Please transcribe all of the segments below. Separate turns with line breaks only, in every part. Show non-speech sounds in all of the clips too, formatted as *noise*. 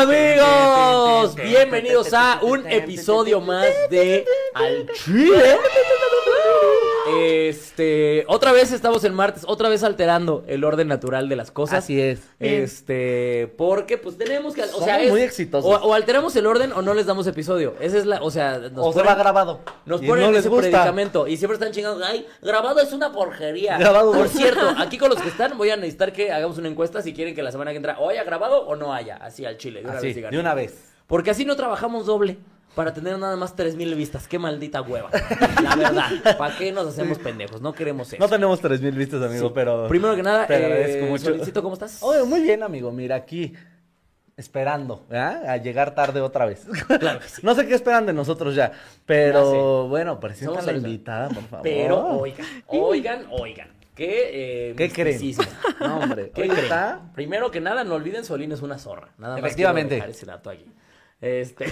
Amigos, bienvenidos a un episodio más de Al Chile. Este, otra vez estamos en martes, otra vez alterando el orden natural de las cosas.
Así es.
Este, porque pues tenemos que, o sea,
Somos
es-
muy exitosos.
O, o alteramos el orden o no les damos episodio. Esa es la, o sea, nos
O se
ponen-
va grabado.
nos
Y
ponen
no les
ese
gusta.
predicamento y siempre están chingando. Ay, grabado es una porquería.
Grabado.
Por cierto, aquí con los que están voy a necesitar que hagamos una encuesta si quieren que la semana que entra o haya grabado o no haya. Así al chile, de una
Así,
vez digan. este,
de una vez.
Porque así no trabajamos doble para tener nada más 3000 vistas. Qué maldita
*laughs*
hueva. La verdad, ¿para qué nos hacemos pendejos? No queremos eso.
No tenemos 3000 vistas, amigo,
Sí.
pero
Primero que nada,
te
eh,
agradezco mucho.
Solicito, ¿cómo estás?
Oye, muy bien, amigo. Mira aquí esperando, ¿verdad? A llegar tarde otra vez.
Claro que sí.
*laughs* No sé qué esperan de nosotros ya,
Ya
pero bueno, presenta
Somos
la
ahorita.
invitada, por favor.
Pero oigan, oigan, oigan. ¿Qué, eh,
¿Qué creen?
misticismo.
No, hombre.
¿Qué
hoy
creen?
está-
Primero que nada, no olviden, Solín es una zorra. Nada más
Efectivamente.
quiero dejar ese dato aquí. Este. *laughs*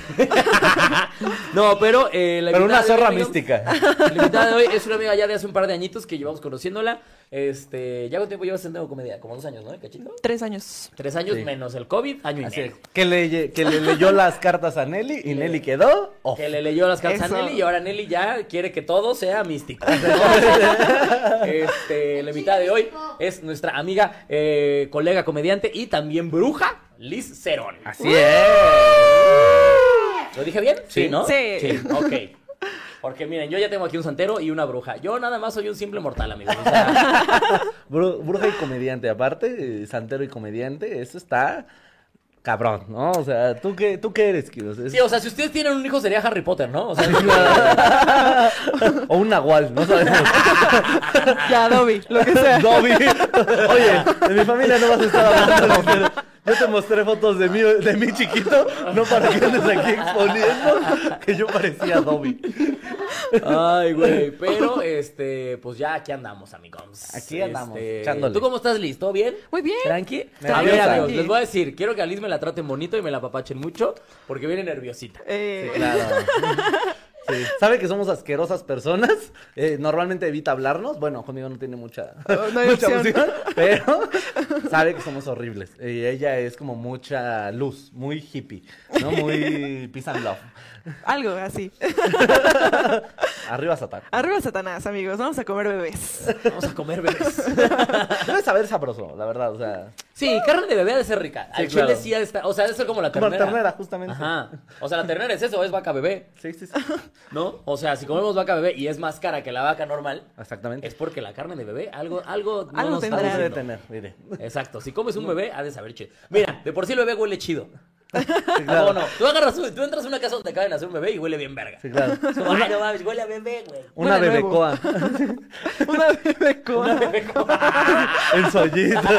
no, pero. eh, la invitada
Pero una
de hoy,
zorra
amigos, *laughs*
mística.
La invitada de hoy es una amiga ya de hace un par de añitos que llevamos conociéndola. Este. Ya con tiempo llevas en Tengo Comedia, como dos años, ¿no? ¿Cachito?
Tres años.
Tres años
Sí.
menos el COVID, año y
Así
medio.
es. Que le, que le leyó las cartas a Nelly y Nelly quedó. off.
Que le leyó las cartas a
Eso.
Nelly y ahora Nelly ya quiere que todo sea
*laughs*
místico. ¿no? este, la mitad de hoy es nuestra amiga, eh, colega comediante y también bruja, Liz Cerón.
Así
¡Uh!
es.
¿Lo dije bien?
Sí.
¿no?
Sí.
ok. Porque miren, yo ya tengo aquí un santero y una bruja. Yo nada más soy un simple mortal, amigo. O
*laughs*
sea,
Bru- bruja y comediante, aparte, eh, santero y comediante, eso está cabrón, ¿no? O sea, ¿tú qué, tú qué eres, Kiros? Es-
sí, o sea, si ustedes tienen un hijo sería Harry Potter, ¿no? O sea,
*laughs* O un nahual, no sabemos.
Ya, Dobby, lo que
*laughs*
sea.
Dobby. Oye, de mi familia no vas a estar hablando. pero Yo te mostré fotos de mí, de mí chiquito, no para que andes aquí exponiendo que yo parecía Dobby.
Ay, güey. Pero, este, pues ya aquí andamos, amigos.
Aquí andamos,
Este,
echándole.
¿Tú cómo estás, Liz? ¿Todo bien?
Muy bien.
¿Tranqui?
Nerviosa.
A ver, amigos,
Sí.
les voy a decir, quiero que a Liz me la traten bonito y me la papachen mucho, porque viene nerviosita.
Eh,
Claro. *laughs* Sí. ¿Sabe que somos asquerosas personas? *laughs* Eh, normalmente evita hablarnos. Bueno, conmigo no tiene mucha,
no hay
*laughs* mucha
opción.
pero
*laughs*
sabe que somos horribles. Y ella es como mucha luz, muy hippie, ¿no?
*laughs*
Muy peace and love.
Algo así.
Arriba Satán.
Arriba Satanás, amigos. Vamos a comer bebés.
Vamos a comer
*laughs*
bebés.
*laughs* Debe saber sabroso, la verdad, o sea.
Sí, carne de bebé ha de ser rica.
Sí,
Al chile
claro.
sí ha de estar- o sea, ha de ser como la
Como
ternera.
la ternera, justamente.
Ajá. O sea, la ternera es eso, es vaca bebé,
Sí, sí, sí.
¿no? O sea, si comemos vaca bebé y es más cara que la vaca normal,
Exactamente.
es porque la carne de bebé algo, algo, no
Algo
nos está
tendrá.
Algo debe
diciendo.
tener,
*laughs*
mire.
Exacto, si comes un bebé, ha de saber chido. Mira, de por sí el bebé huele chido.
Sí, claro.
No, no, tú agarras, un- tú entras a una casa donde acaban de hacer un bebé y huele bien verga.
Sí,
*laughs*
claro.
Es como, ay, no mames, huele a bebé, güey.
Una
Huele nuevo. *laughs*
bebecoa
Una bebé coa.
*laughs*
Bebé como-
en su ollita.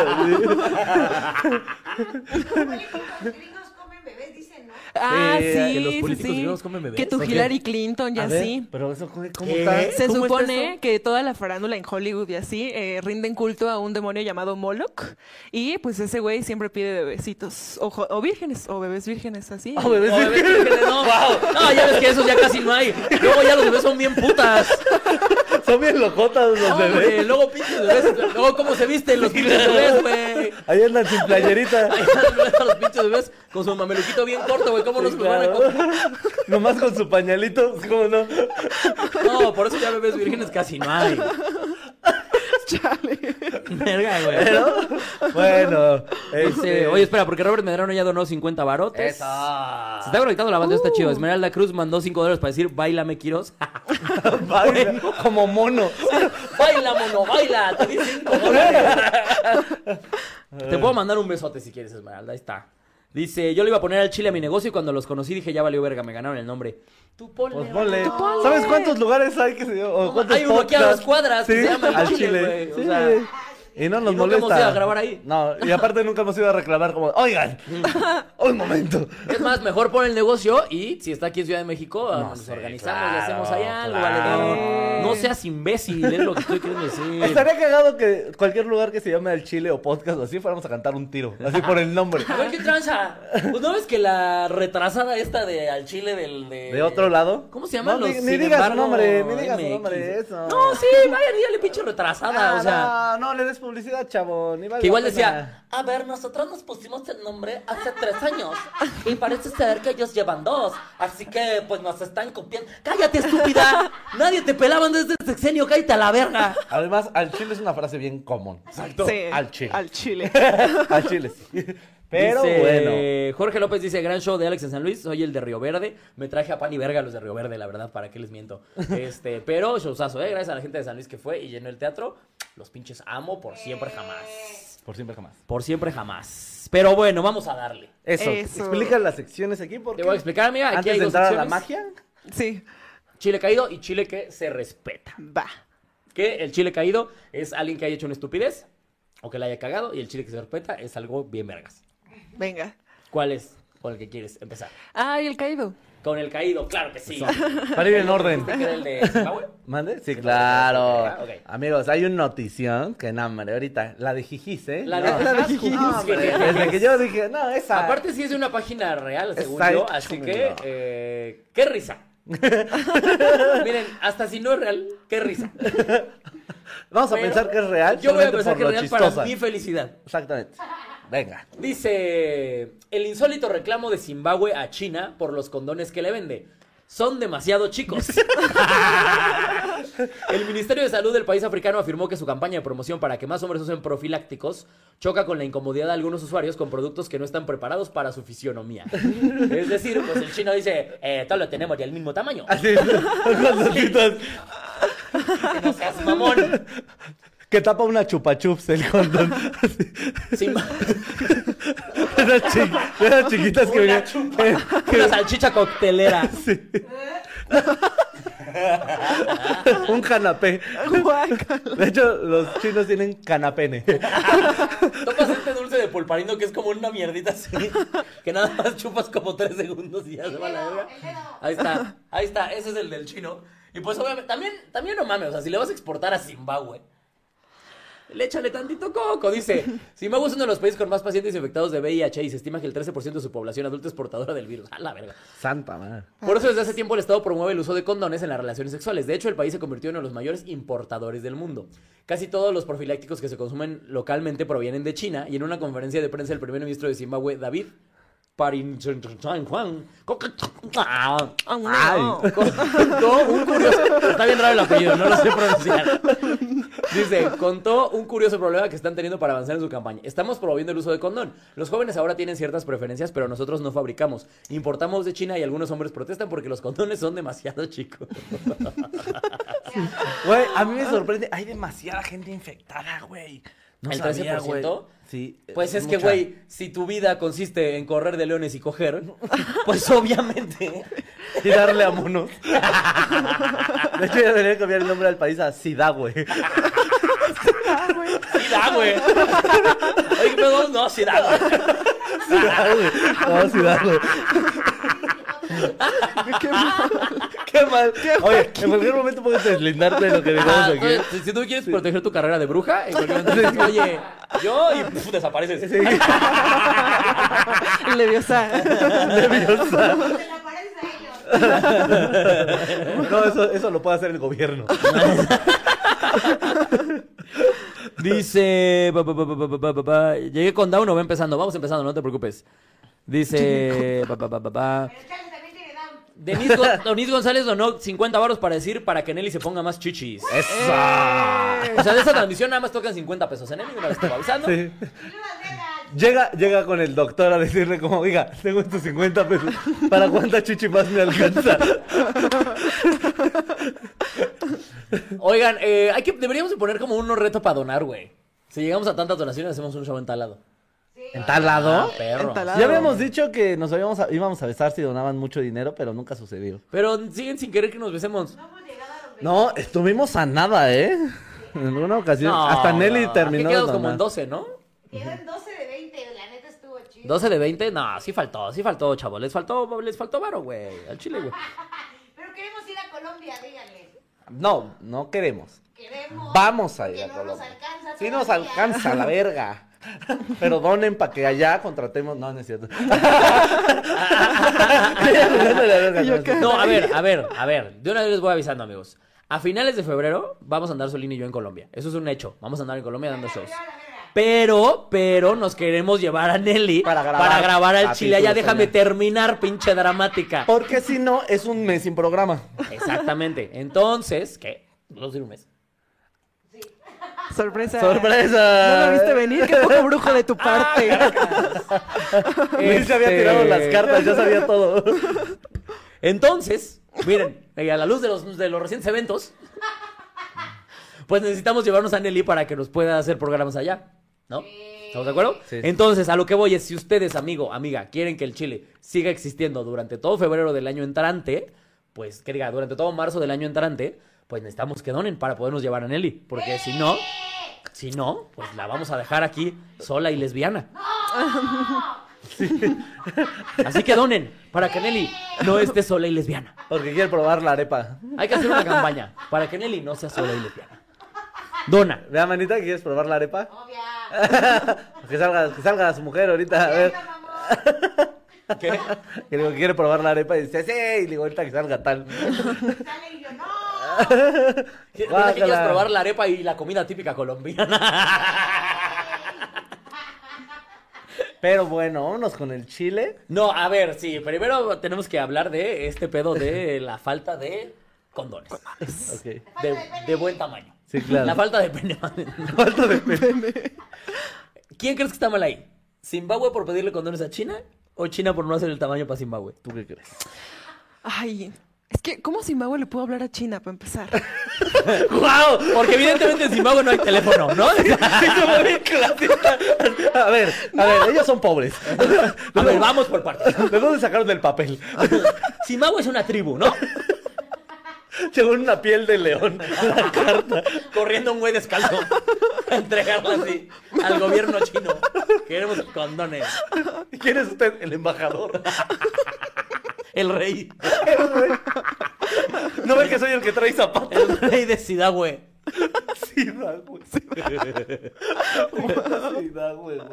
Oye, los gringos comen bebés, dicen, ¿no?
Ah,
Sí,
sí,
que los
sí,
políticos
sí.
gringos comen bebés,
Que tu
¿o qué?
Hillary Clinton y
A ver,
así.
Pero eso, ¿cómo cómo
¿Qué?
está?
Se
¿Cómo está
supone
eso?
que toda la farándula en Hollywood y así eh, rinden culto a un demonio llamado Moloch. Y pues ese güey siempre pide bebecitos. O, jo- o vírgenes, o bebés vírgenes, así.
Ah, bebés
No, bebés vírgenes,
*laughs*
no. No, ya ves que esos ya casi no hay. Luego ya los bebés son bien
*laughs*
putas.
Son bien locotas los
Hombre,
bebés.
Luego pinches bebés. Luego cómo se visten los pinches bebés, güey. *laughs*
Ahí andan sin playerita.
Ahí andan los pinches bebés con su mameluquito bien corto, güey. ¿Cómo no se los van a
Claro.
comer?
Nomás con su pañalito, ¿cómo no?
No, por eso ya bebés vírgenes casi no
*laughs*
hay.
Chale.
Verga, güey.
Bueno,
Dice,
este,
oye,
*laughs*
espera, porque Robert Medrano ya donó 50 barotes. Se está conectando la banda, está
Uh.
chido. Esmeralda Cruz mandó 5 dólares para decir, bailame, *laughs* Quiros.
baila como mono.
baila, mono, baila. Te di
*laughs*
5 dólares. Te puedo mandar un besote si quieres, Esmeralda. Ahí está. Dice, yo le iba a poner al chile a mi negocio y cuando los conocí dije, ya valió verga, me ganaron el nombre. Tú ponle.
Pues
¿no?
ponle.
Tú
¿Sabes cuántos lugares hay que se o cuántos
Hay uno aquí a
podcasts?
dos cuadras que
Sí,
se llama El
al
Chile,
Chile.
güey, o
Sí.
sea.
Y no nos
Y nunca
molesta.
hemos ido a grabar ahí.
No, y aparte nunca hemos ido a reclamar como, oigan,
*laughs*
un momento.
Es más, mejor pon el negocio y si está aquí en Ciudad de México, ah,
No
nos
sé,
organizamos y
claro,
hacemos ahí algo,
claro.
valedor. No seas imbécil, es lo que estoy queriendo decir.
Estaría cagado que cualquier lugar que se llame El Chile o podcast o así fuéramos a cantar un tiro, así por
*laughs*
el nombre.
A ver qué tranza. Pues no ves que la retrasada esta de al chile del de,
¿De otro lado?
¿Cómo se llama?
No,
Los,
ni- ni
sin
digas
embargo,
nombre, ni digas
MX.
nombre, eso.
No, sí, vayan, dígale pinche retrasada,
Ah,
o sea.
no, no, le des publicidad, chabón.
Que igual decía, a ver, nosotros nos pusimos el nombre hace tres años y parece ser que ellos llevan dos, así que pues nos están copiando. ¡Cállate, estúpida! Nadie te pelaban desde el sexenio, cállate a la verga.
Además, al chile es una frase bien común.
Exacto.
Sí,
Al chile.
Al chile.
*laughs* al chile, sí. Pero
Dice,
bueno.
Jorge López dice, gran show de Alex en San Luis, soy el de Río Verde, me traje a pan y verga a los de Río Verde, la verdad, para qué les
*laughs*
miento. Este, pero showzazo, eh, gracias a la gente de San Luis que fue y llenó el teatro, los pinches amo por siempre jamás.
Por siempre jamás.
Por siempre jamás. Pero bueno, vamos a darle.
Eso.
Eso.
Explica las secciones aquí porque.
Te voy a explicar, amiga, aquí
Antes
hay
de
dos
entrar a la
secciones.
magia.
Sí,
Chile caído y chile que se respeta.
va.
Que el chile caído es alguien que haya hecho una estupidez o que la haya cagado y el chile que se respeta es algo bien vergas.
Venga.
¿Cuál es con el que quieres empezar?
Ay, el *laughs* caído.
Con el caído, claro que sí.
Para ir en orden.
¿Viste que era el de Zimbabue?
¿Mande? Sí,
Sí,
claro.
ok, ok.
Amigos, hay una notición que no, hombre, ahorita. La de Jijis, ¿eh?
La
No.
de
la de
Jijijis.
Jijijis.
No,
Hombre,
hombre.
Desde que yo dije, no, esa.
Aparte sí es de una página real, según
Está
yo,
hecho,
así
mira.
que eh, qué
*laughs*
risa. Miren, hasta si no es real, qué risa.
Vamos a
Pero
pensar que es real.
Yo voy a
solamente
pensar
por
que es
lo
real
chistosa.
para mi felicidad.
Exactamente. Venga.
Dice, el insólito reclamo de Zimbabue a China por los condones que le vende. Son demasiado chicos. El Ministerio de Salud del país africano afirmó que su campaña de promoción para que más hombres usen profilácticos choca con la incomodidad de algunos usuarios con productos que no están preparados para su fisionomía. Es decir, pues el chino dice, eh, todos lo tenemos del mismo
*laughs*
tamaño.
*laughs* Así,
*laughs*
con los ojitos.
Que no seas mamón.
Que tapa una chupa chups el condón. Así.
Zimba-
Esas, chi- esas chiquitas
Una
que venían.
chupa.
eh,
Una salchicha coctelera. *laughs*
sí. Un canapé.
Guácala.
De hecho, los chinos tienen canapene.
*laughs* Topas este dulce de pulparino que es como una mierdita así, que nada más chupas como tres segundos y ya se va a la verga.
El dedo.
Ahí está, ahí está, ese es el del chino. Y pues obviamente, también, también no mames, o sea, si le vas a exportar a Zimbabue, le échale tantito coco. Dice, Zimbabue es uno de los países con más pacientes infectados de VIH y se estima que el 13% de su población adulta es portadora del virus. A la verga.
Santa madre.
Por eso desde hace tiempo el Estado promueve el uso de condones en las relaciones sexuales. De hecho, el país se convirtió en uno de los mayores importadores del mundo. Casi todos los profilácticos que se consumen localmente provienen de China y en una conferencia de prensa el primer ministro de Zimbabue, David Juan
Ah, no.
*laughs*
Ay.
*laughs*
contó un curioso. Está bien raro el apellido, no lo sé pronunciar. Dice, contó un curioso problema que están teniendo para avanzar en su campaña. Estamos promoviendo el uso de condón. Los jóvenes ahora tienen ciertas preferencias, pero nosotros no fabricamos. Importamos de China y algunos hombres protestan porque los condones son demasiado chicos.
Güey, a mí me sorprende. Hay demasiada gente infectada, güey. No
¿El
sabía, güey.
13%?
Sí.
Pues es que,
mucha.
güey, si tu vida consiste en correr de leones y coger, pues obviamente.
Y darle a monos. De hecho, ya debería cambiar el nombre al país a Sida, güey.
Sí da,
*laughs*
güey. Oye, pero no, sí da, güey.
Sida, güey. No, Sida, güey. Qué mal. Oye, en cualquier momento puedes deslindarte de lo que digamos
Ah,
aquí.
oye, si, si tú quieres proteger tu carrera de bruja, en cualquier momento dices, oye, yo
*laughs*
y puf, desapareces.
Leviosa.
Se la pareces a ellos.
No, eso, eso lo puede hacer el gobierno.
Dice, pa, pa, pa, pa, pa, pa, pa, pa. llegué con Down o va empezando, vamos empezando, no te preocupes.
*laughs*
Dice, pa, pa, pa, pa, pa.
Pero Charles también tiene down.
Denise, Gon- Denise González donó 50 varos para decir para que Nelly se ponga más chichis.
¡Esa!
O sea, de esta transmisión nada más tocan 50 pesos en Nelly, una vez te va avisando.
Sí.
Y luego las velas.
Llega, llega con el doctor a decirle como, oiga, tengo estos 50 pesos. ¿Para cuánta chichi más me alcanza?
Oigan, eh, hay que, deberíamos de poner como unos reto para donar, güey. Si llegamos a tantas donaciones, hacemos un show entalado.
¿En tal lado?
Ah, perro.
entalado.
Ya habíamos dicho que nos habíamos a- íbamos a besar si donaban mucho dinero, pero nunca sucedió.
Pero siguen sin querer que nos besemos.
No hemos llegado a los
No, estuvimos a nada, ¿eh? En alguna ocasión.
No,
hasta Nelly
no.
terminó.
Aquí
de
quedamos como en
donar.
12, ¿no?
Quedó en 12 de 20. La neta estuvo chido.
12 de 20, no, sí faltó, sí faltó, chavos. Les faltó, les faltó varo, güey. Al chile, güey.
Pero queremos ir a Colombia, díganle.
No, no queremos.
Queremos.
Vamos a ir
que
a
no
Colombia.
nos alcanza.
Sí nos
todavía.
alcanza, la verga. Pero donen para que allá contratemos. No, no es *laughs* cierto.
Y yo qué-
No, a ver, a ver, a ver. De una vez les voy avisando, amigos. A finales de febrero vamos a andar Solín y yo en Colombia. Eso es un hecho. Vamos a andar en Colombia dando
Venga,
shows.
viva la verga.
Pero, pero nos queremos llevar a Nelly
Para grabar
grabar al
a
Chile. Allá
Pintura
déjame
Soñar.
terminar, pinche dramática.
Porque si no, es un mes sin programa.
Exactamente. Entonces, ¿qué? Vamos a ir un mes.
Sorpresa.
¡Sorpresa!
No lo viste venir, qué poco brujo de tu parte.
Luis se había
Este,
tirado las cartas, ya sabía todo.
Entonces, miren, eh, a la luz de los, de los recientes eventos, pues necesitamos llevarnos a Nelly para que nos pueda hacer programas allá, ¿no? ¿Estamos de acuerdo?
Sí.
Entonces, a lo que voy es, si ustedes, amigo, amiga, quieren que el Chile siga existiendo durante todo febrero del año entrante, pues, que diga, durante todo marzo del año entrante, pues necesitamos que donen para podernos llevar a Nelly, porque si no, si no, pues la vamos a dejar aquí sola y lesbiana. Así que donen para que Nelly no esté sola y lesbiana.
Porque quiere probar la arepa.
Hay que hacer una campaña para que Nelly no sea sola y lesbiana. Dona.
Vea, manita, que ¿quieres probar la arepa?
Obvia.
Que salga, que salga su mujer ahorita, a ver.
Venga, mamón.
¿Qué? *laughs* Que le digo, quiere probar la arepa y dice, sí, y le digo, ahorita que salga tal.
Sale y yo, no.
¿Qué- ¿Verdad que
Guácala.
quieres probar la arepa y la comida típica colombiana?
Pero bueno, vámonos con el chile.
No, a ver, sí, primero tenemos que hablar de este pedo de la falta de condones.
Ok. *laughs*
De, de buen tamaño.
Sí, claro.
La falta de pene.
Falta de pene. *laughs*
¿Quién crees que está mal ahí? ¿Zimbabue por pedirle condones a China? ¿O China por no hacer el tamaño para Zimbabue?
¿Tú qué crees?
*laughs*
Ay, es que, ¿cómo Zimbabue le puedo hablar a China para empezar?
¡Wow! Porque evidentemente en Zimbabue no hay teléfono,
*laughs*
¿no?
A ver, a ver, ellos son pobres. *laughs*
A ver, vamos por partes.
¿De dónde sacaron el papel? *laughs*
Zimbabue es una tribu, ¿no? *laughs*
Llegó en una piel de león. La carta.
Corriendo un güey descalzo. A entregarla así al gobierno chino. Queremos condones.
¿Quién es usted? El embajador.
El rey.
¿No ve que soy el que trae zapatos?
El rey de Zimbabue.
Sí, da, güey. Sí, da, güey, güey.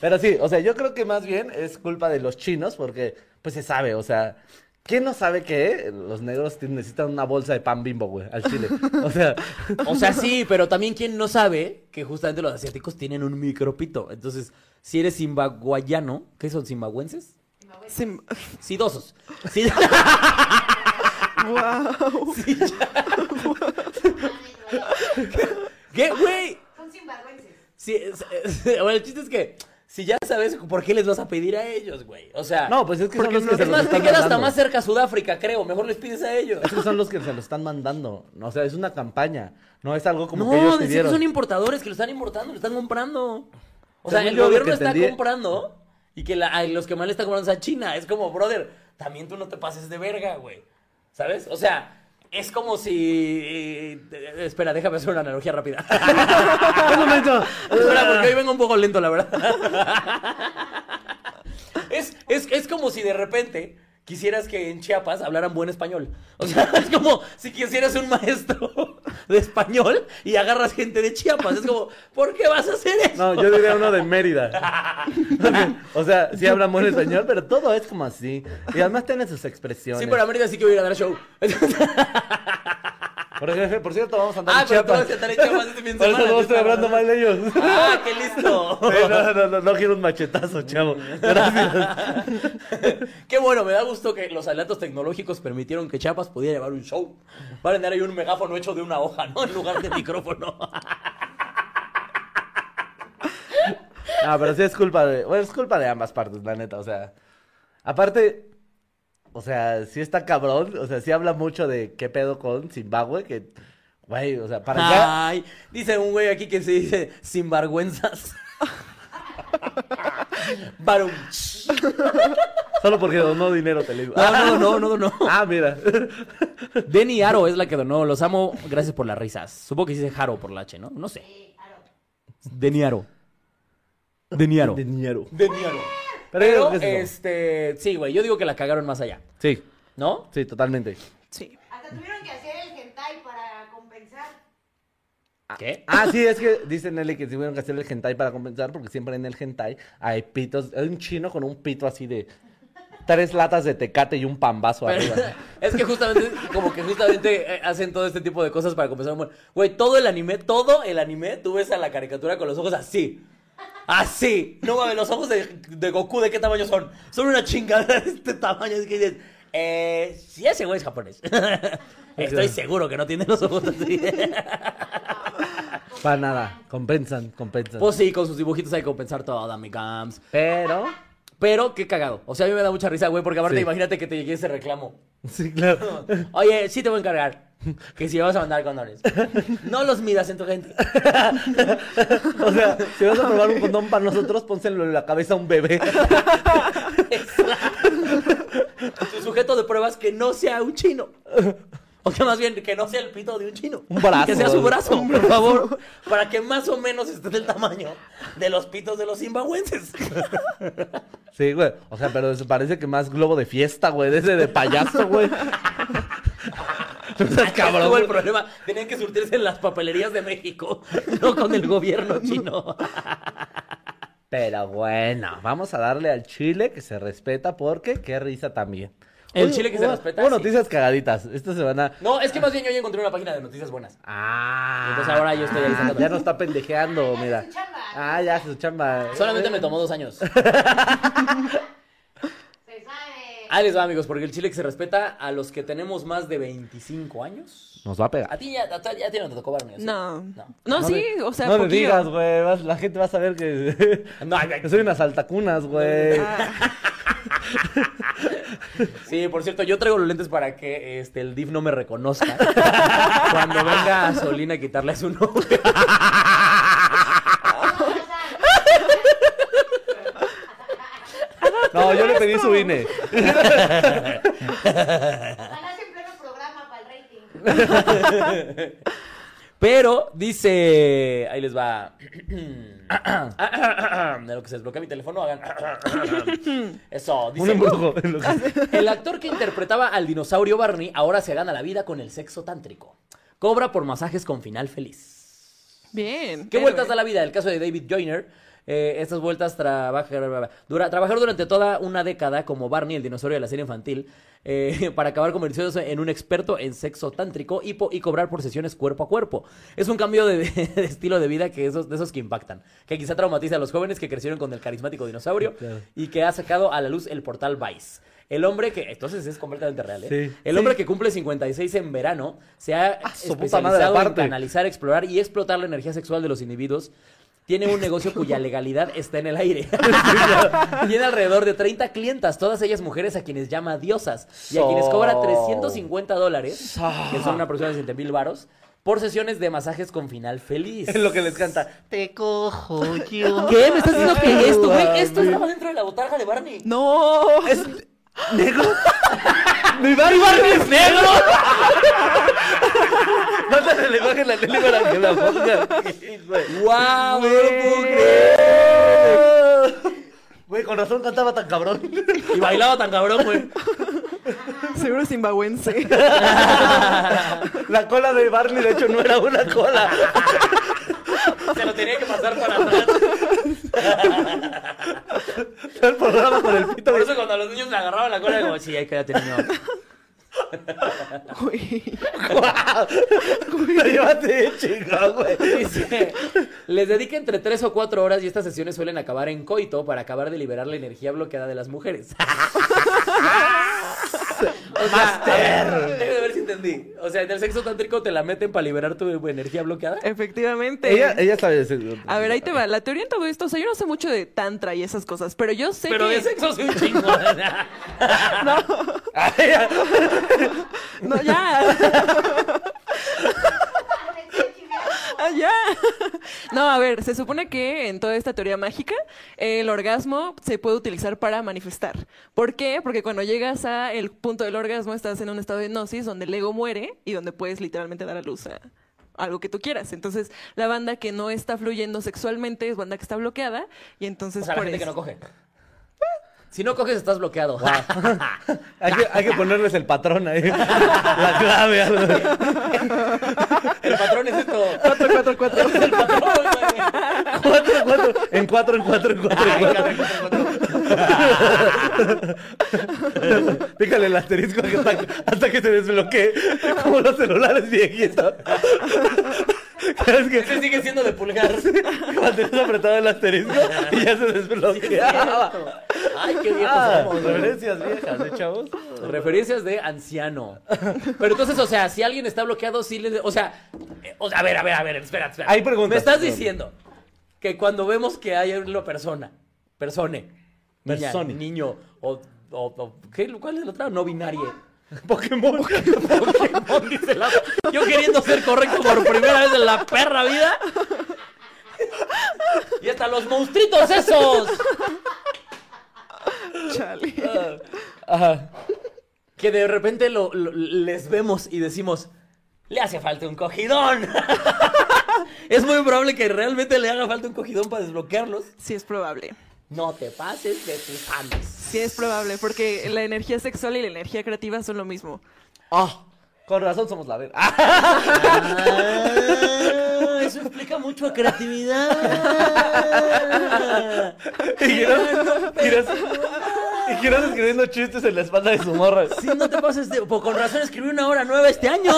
Pero sí, o sea, yo creo que más bien es culpa de los chinos porque, pues se sabe, o sea, ¿quién no sabe que los negros te- necesitan una bolsa de pan bimbo, güey, al chile? O sea,
O sea, sí, pero también quien no sabe que justamente los asiáticos tienen un micropito. Entonces, si eres zimbaguayano, ¿qué son zimbabuenses?
Zim-
Sidosos. Si-
Wow.
si- *laughs* ¿Qué, güey?
Son sinvergüences.
Si- es- es- bueno, el chiste es que si ya sabes por qué les vas a pedir a ellos, güey. O sea,
no, pues es que son
Porque
los que
no-
se
es
los
más, te
están
queda hasta
mandando.
más cerca a Sudáfrica, creo. Mejor les pides a ellos.
Es que son los que se los están mandando. O sea, es una campaña. No es algo como
No,
que ellos
decir que
pidieron.
son importadores, que lo están importando, lo están comprando. O sea,
Según
el
yo, lo
gobierno
que
está
entendí-
comprando y que la- a los que más le están comprando es a China. Es como, brother, también tú no te pases de verga, güey. ¿Sabes? O sea, es como si... eh, eh, espera, déjame hacer una analogía rápida. *laughs*
Un momento.
Espera, porque hoy vengo un poco lento, la verdad. Es, es, es como si de repente quisieras que en Chiapas hablaran buen español. O sea, *laughs* es como si quisieras un maestro de español y agarras gente de Chiapas. Es como, ¿por qué vas a hacer eso?
No, yo diría uno de Mérida. o sea, sí hablan buen español, pero todo es como así. Y además tienen sus expresiones.
Sí, pero América sí que voy a ir a dar show.
por, ejemplo, por cierto, vamos a andar
Ah,
en
pero tú
Chiapas.
vas a estar en Chiapas este fin de
Por eso
semana,
no
tú
estoy
estás-
hablando mal de ellos.
Ah, *laughs* qué listo.
Sí, *laughs* no, no, no, no quiero un machetazo, chavo. Gracias.
Qué bueno, me da gusto que los adelantos tecnológicos permitieron que Chiapas pudiera llevar un show. Va a vender ahí un megáfono hecho de una hoja, ¿no? En lugar de micrófono.
No, pero sí es culpa de. Bueno, es culpa de ambas partes, la neta. O sea, aparte. O sea, sí está cabrón. O sea, sí habla mucho de qué pedo con Zimbabue. Que, güey, o sea, para
Ah.
allá.
Ay, dice un güey aquí que se dice sin *laughs* vergüenzas. Barón.
Solo porque donó dinero, te digo. Ah,
No, no, no, no, no.
ah, mira.
Denny Aro es la que donó. Los amo. Gracias por las risas. Supongo que se dice Jaro por la H, ¿no? No sé.
Sí, claro.
Denny Aro. Denny Aro.
Dinero.
Denny Aro. Pero,
Pero, ¿qué es eso?
este, sí, güey. Yo digo que la cagaron más allá,
Sí,
¿no?
sí, totalmente.
Sí.
Hasta tuvieron que hacer el hentai para compensar.
¿Qué?
*laughs* Ah, sí, es que dice Nelly que tuvieron que hacer el hentai para compensar porque siempre en el hentai hay pitos, hay un chino con un pito así de tres latas de tecate y un pambazo
Pero-
*laughs* arriba.
*laughs* es que justamente, como que justamente eh, hacen todo este tipo de cosas para compensar. Bueno, güey, todo el anime, todo el anime, tú ves a la caricatura con los ojos así. Así. No mames, los ojos de, de Goku, ¿de qué tamaño son? Son una chingada *laughs* de este tamaño. Es que dices, eh, si ese güey es japonés. *laughs* Estoy seguro que no tiene los ojos
*laughs*
así.
Para nada, compensan, compensan.
pues sí, con sus dibujitos hay que compensar todo, mi cams.
Pero,
Pero qué cagado. O sea, a mí me da mucha risa, güey, porque aparte
Sí.
imagínate que te llegue ese reclamo.
*laughs* sí, claro.
*laughs* Oye, sí te voy a encargar. Que si vas a mandar condones. No los midas en tu gente.
*laughs* O sea, si vas a probar un condón para nosotros, pónselo en la cabeza a un *laughs* bebé.
Tu sujeto de pruebas que no sea un chino. O que más bien que no sea el pito de un chino.
Un brazo.
Que sea su brazo, por favor. Para que más o menos esté del tamaño de los pitos de los *laughs* zimbabuenses.
Sí, güey. O sea, pero eso parece que más globo de fiesta, güey. De ese de payaso, güey. No seas cabrón.
Tuvo el
güey.
problema. Tenían que surtirse en las papelerías de México, *laughs* no con el gobierno chino.
Pero bueno, vamos a darle al chile que se respeta porque qué risa también.
El
Oye,
chile que se
hubo-
respeta,
Hubo
sí.
noticias cagaditas. Esta semana.
No, es que más bien yo ya encontré una página de noticias buenas.
Ah.
Entonces ahora yo estoy ahí sacando-
Ya no está pendejeando,
Ah, ya hace
mira.
su chamba.
Ah, ya hace su chamba.
Solamente me tomó dos años.
Se sabe.
Ahí les va, amigos, porque el chile que se respeta a los que tenemos más de 25 años.
Nos va a
A
pegar.
ti ya, a ti- ya a ti no te tocó Barney. ¿o sí?
No.
No.
No, sí,
le-
o sea,
No le
poquillo.
digas, güey. vas- La gente va a saber que. *laughs*
No, ay, ay.
que soy unas altacunas, güey.
Ah,
Sí, por cierto, yo traigo los lentes para que este, el DIF no me
*laughs*
reconozca cuando venga a Solina a quitarle a su nombre.
No, yo le pedí su INE.
Ganarse en pleno programa para el
*laughs*
rating.
Pero dice, ahí les va. *clears throat* De lo que se desbloquea mi teléfono,
*clears throat*
hagan. Eso,
Un
dice.
"Uh".
embrujo. en lo que-
El actor que interpretaba al dinosaurio Barney ahora se gana la vida con el sexo tántrico. Cobra por masajes con final feliz.
bien.
¿Qué
héroe.
vueltas da la vida? El caso de David Joyner. eh, estas vueltas trabaja, dura, trabajar durante toda una década como Barney, el dinosaurio de la serie infantil, eh, *laughs* para acabar convirtiéndose en un experto en sexo tántrico y, po- y cobrar por sesiones cuerpo a cuerpo. Es un cambio de, *laughs* de estilo de vida que esos, de esos que impactan, que quizá traumatiza a los jóvenes que crecieron con el carismático dinosaurio
Claro.
y que ha sacado a la luz el portal Vice. El hombre que, entonces es completamente real, ¿eh?
Sí.
El
Sí. Ah,
hombre que cumple 56 en verano se ha
su puta madre,
especializado en
aparte.
canalizar, explorar y explotar la energía sexual de los individuos. Tiene un negocio cuya legalidad está en el aire. *laughs* Tiene alrededor de 30 clientas, todas ellas mujeres a quienes llama diosas y a quienes cobra
So.
350 dólares, que son una aproximadamente 7 mil varos, por sesiones de masajes con final feliz. *laughs*
*laughs* en lo que les canta.
Te cojo yo.
¿Qué? ¿Me estás diciendo que esto, güey? Esto
Ay,
estaba dentro de la botarga de Barney.
No. *laughs*
¡Mi Barney Barney es negro! Mándale el lenguaje en la tele para que la ponga.
¡Guau! no lo puedo creer.
Güey, con razón cantaba tan
*laughs*
cabrón.
Y bailaba tan cabrón, güey.
Seguro
*laughs*
zimbabuense.
La cola de Barney, de hecho, no era una cola.
Se lo tenía que pasar para atrás.
Era el programa con el pito.
Por eso cuando los niños le agarraban la cola, como, sí, ahí quédate, niño.
Güey.
La llévate, chingado, güey.
*laughs* Dice, les dedica entre 3 o 4 horas y estas sesiones suelen acabar en coito para acabar de liberar la energía bloqueada de las mujeres. *laughs* o sea, a ver, *laughs* déjame ver si entendí. O sea, en el sexo tántrico te la meten para liberar tu energía bloqueada.
Efectivamente.
Ella, ella sabe decir.
A ver, ahí te va. La teoría en todo esto, o sea, yo no sé mucho de tantra y esas cosas, pero yo sé
*laughs* Pero
que...
de sexo soy un chingo. *laughs*
No, ya. *laughs*
Ah, me estoy chingando.
Ah, ya. No, a ver, se supone que en toda esta teoría mágica, el orgasmo se puede utilizar para manifestar. ¿Por qué? Porque cuando llegas a el punto del orgasmo estás en un estado de hipnosis donde el ego muere y donde puedes literalmente dar a luz a algo que tú quieras. Entonces, la banda que no está fluyendo sexualmente es banda que está bloqueada y entonces
O sea, la
por
gente que no
eso-
coge. Si no coges, estás bloqueado.
*laughs* Hay que, hay que ponerles el patrón ahí. La clave. algo.
*laughs* El patrón es esto.
Cuatro, cuatro, cuatro.
El patrón, güey.
Cuatro, cuatro. En cuatro, en cuatro, en cuatro. En cuatro. Déjale el asterisco hasta, hasta que se desbloquee. Como los celulares viejitos. Es que
Ese sigue siendo de pulgar.
mantienes apretado el asterisco y ya se desbloqueaba.
Ay, qué viejos
Ah,
somos. güey.
referencias viejas, ¿eh, chavos?
Referencias de anciano. Pero entonces, o sea, si alguien está bloqueado, sí le. O sea, eh, o sea, a ver, a ver, a ver, espera, espera.
Hay preguntas.
Me estás
Perdón.
diciendo que cuando vemos que hay una persona, persone, niña,
Persone.
niño, o, o, o- ¿qué? ¿cuál es la otra? No binaria.
Pokémon.
Pokémon, dice la- Yo queriendo ser correcto por primera vez en la perra vida. Y hasta los monstruitos esos.
Chale.
Ah,
Ajá.
Que de repente lo, lo- les vemos y decimos, le hace falta un cogidón. *laughs* es muy probable que realmente le haga falta un cogidón para desbloquearlos.
Sí es probable.
No te pases de tus años.
Sí es probable, porque la energía sexual y la energía creativa son lo mismo.
Ah, con razón somos la verga.
Ah, eso explica mucho a creatividad.
Y giras, giras, y giras escribiendo chistes en la espalda de su morra.
Si no te pases de... Pues con razón escribí una hora nueva este año.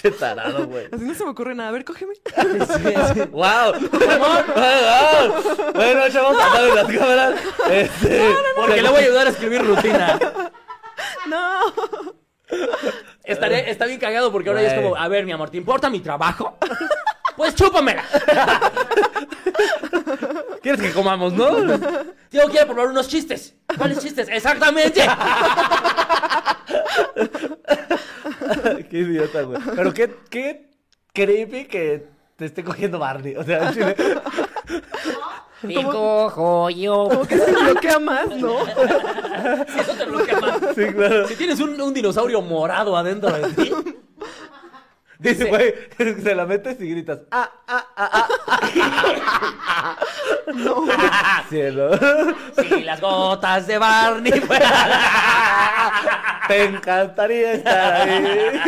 Che tarado, güey.
Así no se me ocurre nada. A
*laughs*
ver, cógeme.
¡Wow! *laughs* Bueno, chavos, apaguen las cámaras. Este,
Porque le voy a ayudar a escribir rutina.
*laughs* No.
Estaré, está bien cagado porque ahora ya es
Güey.
como, a ver, mi amor, ¿te importa mi trabajo? Pues chúpamela.
¿Quieres que comamos, *laughs* no?
Yo quiero probar unos chistes. ¿Cuáles chistes? Exactamente.
qué idiota, güey. Pero qué, qué creepy que te esté cogiendo Barney. O sea, en chile.
Te cojo yo.
Como que se bloquea más, ¿no?
Si eso te bloquea más.
Sí, claro.
Si tienes un, un dinosaurio morado adentro de ti,
Dice, güey, *laughs* se la metes y gritas. ¡Ah, ah, ah, ah! *laughs* ah". No. Cielo.
si las gotas de Barney pues. fueran-
Te encantaría estar ahí.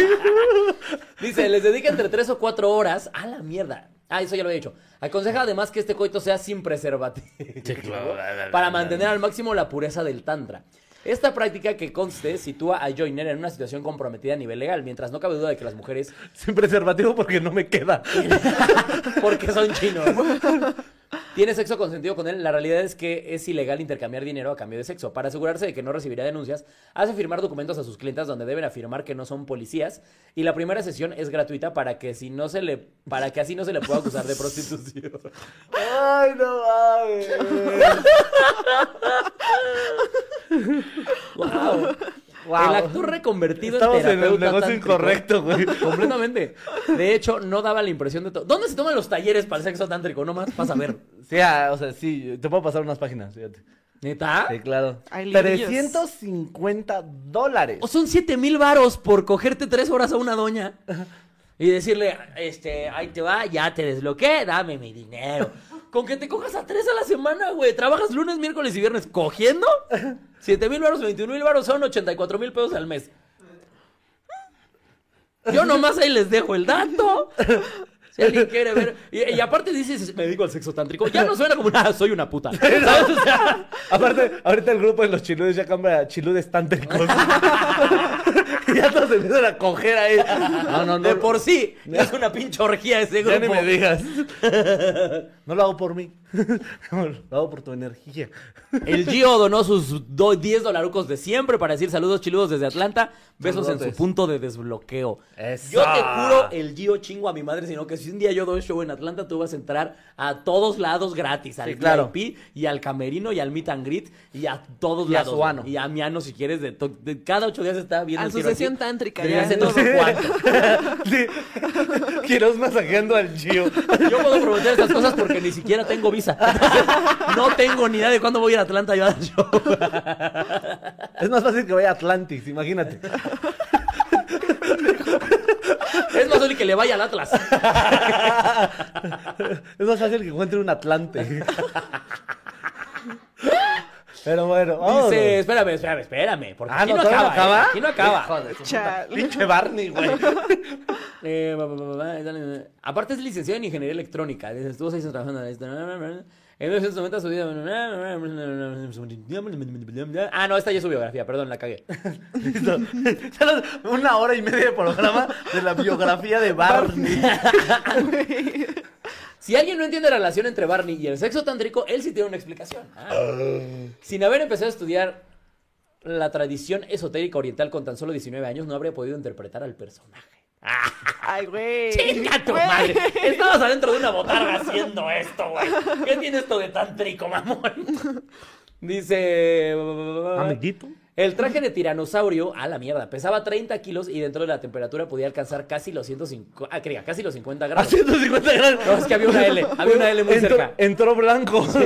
Dice, les dedica entre 3 o 4 horas a la mierda. Ah, eso ya lo había dicho. Aconseja además que este coito sea sin preservativo. *laughs* para mantener al máximo la pureza del tantra. Esta práctica que conste sitúa a Joyner en una situación comprometida a nivel legal, mientras no cabe duda de que las mujeres,
Sin preservativo porque no me queda.
porque son
*laughs*
chinos, tiene sexo consentido con él, la realidad es que es ilegal intercambiar dinero a cambio de sexo. Para asegurarse de que no recibirá denuncias, hace firmar documentos a sus clientes donde deben afirmar que no son policías y la primera sesión es gratuita para que si no se le para que así no se le pueda acusar de
*laughs*
prostitución.
Ay, no mames.
Wow.
Wow.
El actor reconvertido
Estamos en
terapeuta
el negocio
tántrico.
incorrecto, *laughs* güey.
Completamente. De hecho, no daba la impresión de todo. ¿Dónde se toman los talleres para el sexo tántrico? No más, pasa a ver.
Sí, ah, o sea, sí, te puedo pasar unas páginas, fíjate.
¿Neta?
Sí, claro.
Hay librillos.
350 dólares. *laughs*
O son 7 mil varos por cogerte tres horas a una doña y decirle, este, ahí te va, ya te desbloqueé, dame mi
*laughs*
dinero. Con que te cojas a tres a la semana, güey. Trabajas lunes, miércoles y viernes cogiendo. 7 mil varos, 21 mil varos son 84 mil pesos al mes. Yo nomás ahí les dejo el
*laughs*
dato. Si alguien quiere ver. Y, y aparte dices, me dedico al sexo tántrico. Ya no suena como una, soy una puta. ¿Sabes? O sea,
Aparte, ahorita el grupo de los chiludes ya cambia a chiludes tántricos. *laughs* ya todos se empiezan a coger ahí. *laughs* No, no, no.
de por sí, es una pinche orgía ese
Ya
grupo.
ni me *laughs* digas. No lo hago por mí. *laughs* Lo hago por tu energía.
El Gio donó sus do- 10 dolarucos de siempre para decir saludos chiludos desde Atlanta. Besos en su
Saludotes.
punto de desbloqueo.
Eso.
Yo te juro, el Gio chingo a mi madre, sino que si un día yo doy show en Atlanta, tú vas a entrar a todos lados gratis. Al
Sí, claro.
VIP y al camerino y al meet and greet y a todos
Y a
lados.
su ano.
Y a mi ano si quieres. De to- de- cada ocho días está viendo
A
el
su
tiro así.
sesión tántrica.
Desde
ya.
hace no
*laughs*
sé cuánto.
*laughs* Sí. Quiroz masajeando al *laughs* Gio.
Yo puedo prometer estas cosas porque ni siquiera tengo visa. *laughs* Entonces, no tengo ni idea de cuándo voy a ir a Atlanta yo a dar show.
Es más fácil que vaya a Atlantis, imagínate.
Es más fácil que le vaya al Atlas.
*laughs* Es más fácil que encuentre un Atlante. Pero bueno, vámonos.
*laughs* Dice, espérame, espérame, espérame. Porque
Ah,
aquí
no,
no, acaba,
¿todavía no acaba?
¿eh? Aquí no acaba.
Joder, su puta-
Chale.
Pinche Barney, güey.
Eh, ba, ba, ba, ba, dale, dale. Aparte es licenciado en ingeniería electrónica. Dice, Estuvo seis años trabajando en esto. En 1990 su vida. Ah, no, esta ya es su biografía, perdón, la cagué.
*laughs* Listo. Solo Una hora y media de programa de la biografía de Barney.
Si alguien no entiende la relación entre Barney y el sexo tántrico, él sí tiene una explicación. Ah. Sin haber empezado a estudiar la tradición esotérica oriental con tan solo 19 años, no habría podido interpretar al personaje.
*laughs* Ay, güey.
¡Chinga tu
Güey.
madre! Estabas adentro de una botarga haciendo esto, güey. ¿Qué tiene esto de tántrico, mamón? Dice... Ah, El traje de tiranosaurio, a la mierda, pesaba 30 kilos y dentro de la temperatura podía alcanzar casi los 150, ah, cría, casi los 50
A
grados.
150 grados.
No, es que había una L, había una L muy
entró,
cerca.
Entró blanco. *laughs*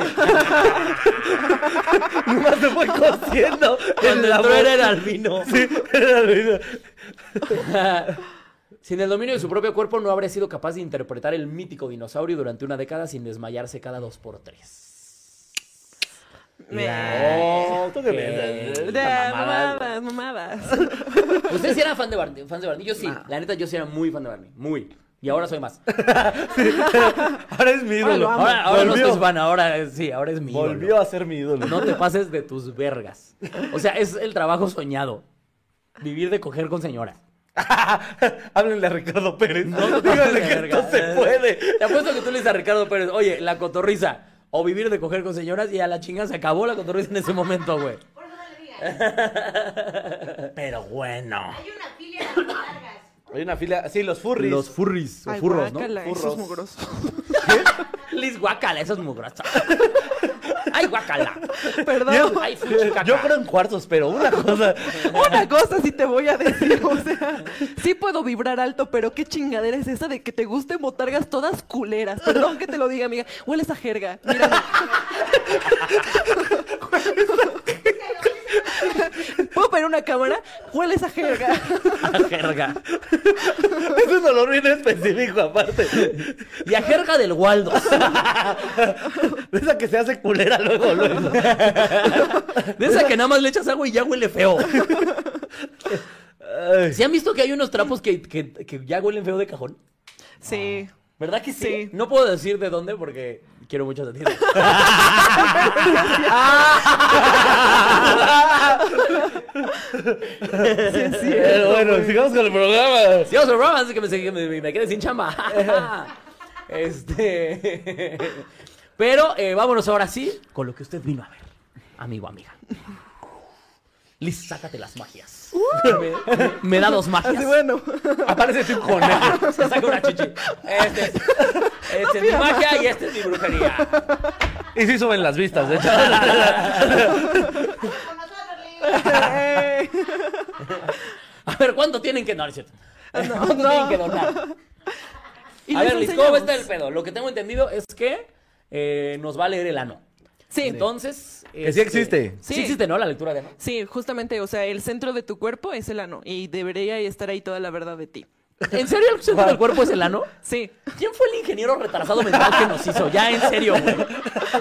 Nomás se fue cociendo.
Cuando
el
entró
amor.
era el albino.
Sí, era el albino.
*laughs* Sin el dominio de su propio cuerpo no habría sido capaz de interpretar el mítico dinosaurio durante una década sin desmayarse cada dos por tres.
Me-
Oh, ¿tú qué
Ok.
piensas?
De
Esta mamada, güey.
mamadas, mamadas.
¿Ustedes sí eran fan de Barney? Fans de Barney? Yo sí, la neta, yo sí era muy fan de Barney. Muy. Y ahora soy más.
Ahora es mi
Ahora
ídolo.
lo amo.
Ahora, ahora no
Volvió.
soy fan, ahora eh, sí, ahora es mi ídolo.
Volvió a ser mi ídolo.
No te pases de tus vergas. O sea, es el trabajo soñado. Vivir de coger con señoras.
*laughs* Háblenle a Ricardo Pérez.
No te pases
Díganle
de
que
verga.
esto se puede.
Te apuesto que tú le dices a Ricardo Pérez, oye, la cotorriza. O vivir de coger con señoras y a la chingada se acabó la cotorriza en ese momento, güey.
Por eso no le digas.
Pero bueno.
Hay una pila en las largas.
Hay una fila. Sí, los furries.
Los furries. O
Ay,
furros, ¿no?
guácala, Eso
Furros.
es mugroso.
*laughs* Liz, guácala, eso es mugrosa. Ay, guácala.
Perdón.
Ay, fuchicaca.
*laughs* Yo creo en cuartos, pero una cosa. *laughs*
Una cosa sí te voy a decir, o sea, sí puedo vibrar alto, pero qué chingadera es esa de que te gusten botargas todas culeras. Perdón que te lo diga, amiga. Huele esa jerga. Mírame. ¿Puedo pedir una cámara? Huele esa jerga.
A jerga.
Es un olor bien específico, aparte.
Y a jerga del Waldo.
De esa que se hace culera luego, luego.
De esa que nada más le echas agua y ya huele feo.
Ay.
¿Se han visto que hay unos trapos que, que- que ya huelen feo de cajón?
Sí.
¿Verdad que sí?
Sí.
No puedo decir de dónde porque quiero mucho a ti. *laughs*
Pero bueno, sigamos con el programa.
Sí, o sea, Rob, antes de que me, se- que me- me quede sin
*laughs*
chamba. este. Pero eh, vámonos ahora sí con lo que usted vino a ver, amigo, amiga. Liz, sácate las magias. Me- me, me da dos magias.
Uh. Así bueno.
Aparece tu conejo.
Se saca una chichi. Este es, este es mi magia y este es mi
*laughs*
brujería.
Y sí suben las vistas, de hecho.
Con nosotros, Liz.
Eh,
A ver, ¿cuánto tienen que donar?
no,
¿Cuánto
no.
tienen que donar?
y
a
les
ver, Liz, ¿cómo
enseñamos.
está el pedo? Lo que tengo entendido es que eh, nos va a leer el ano.
Sí.
Entonces. este,
Que sí existe.
Sí.
Sí.
existe, ¿no? La lectura de ano.
Sí, justamente, o sea, el centro de tu cuerpo es el ano y debería estar ahí toda la verdad de *laughs* ti.
¿En serio el centro del cuerpo es el ano?
Sí.
¿Quién fue el ingeniero retrasado mental que nos hizo? Ya, en serio, güey.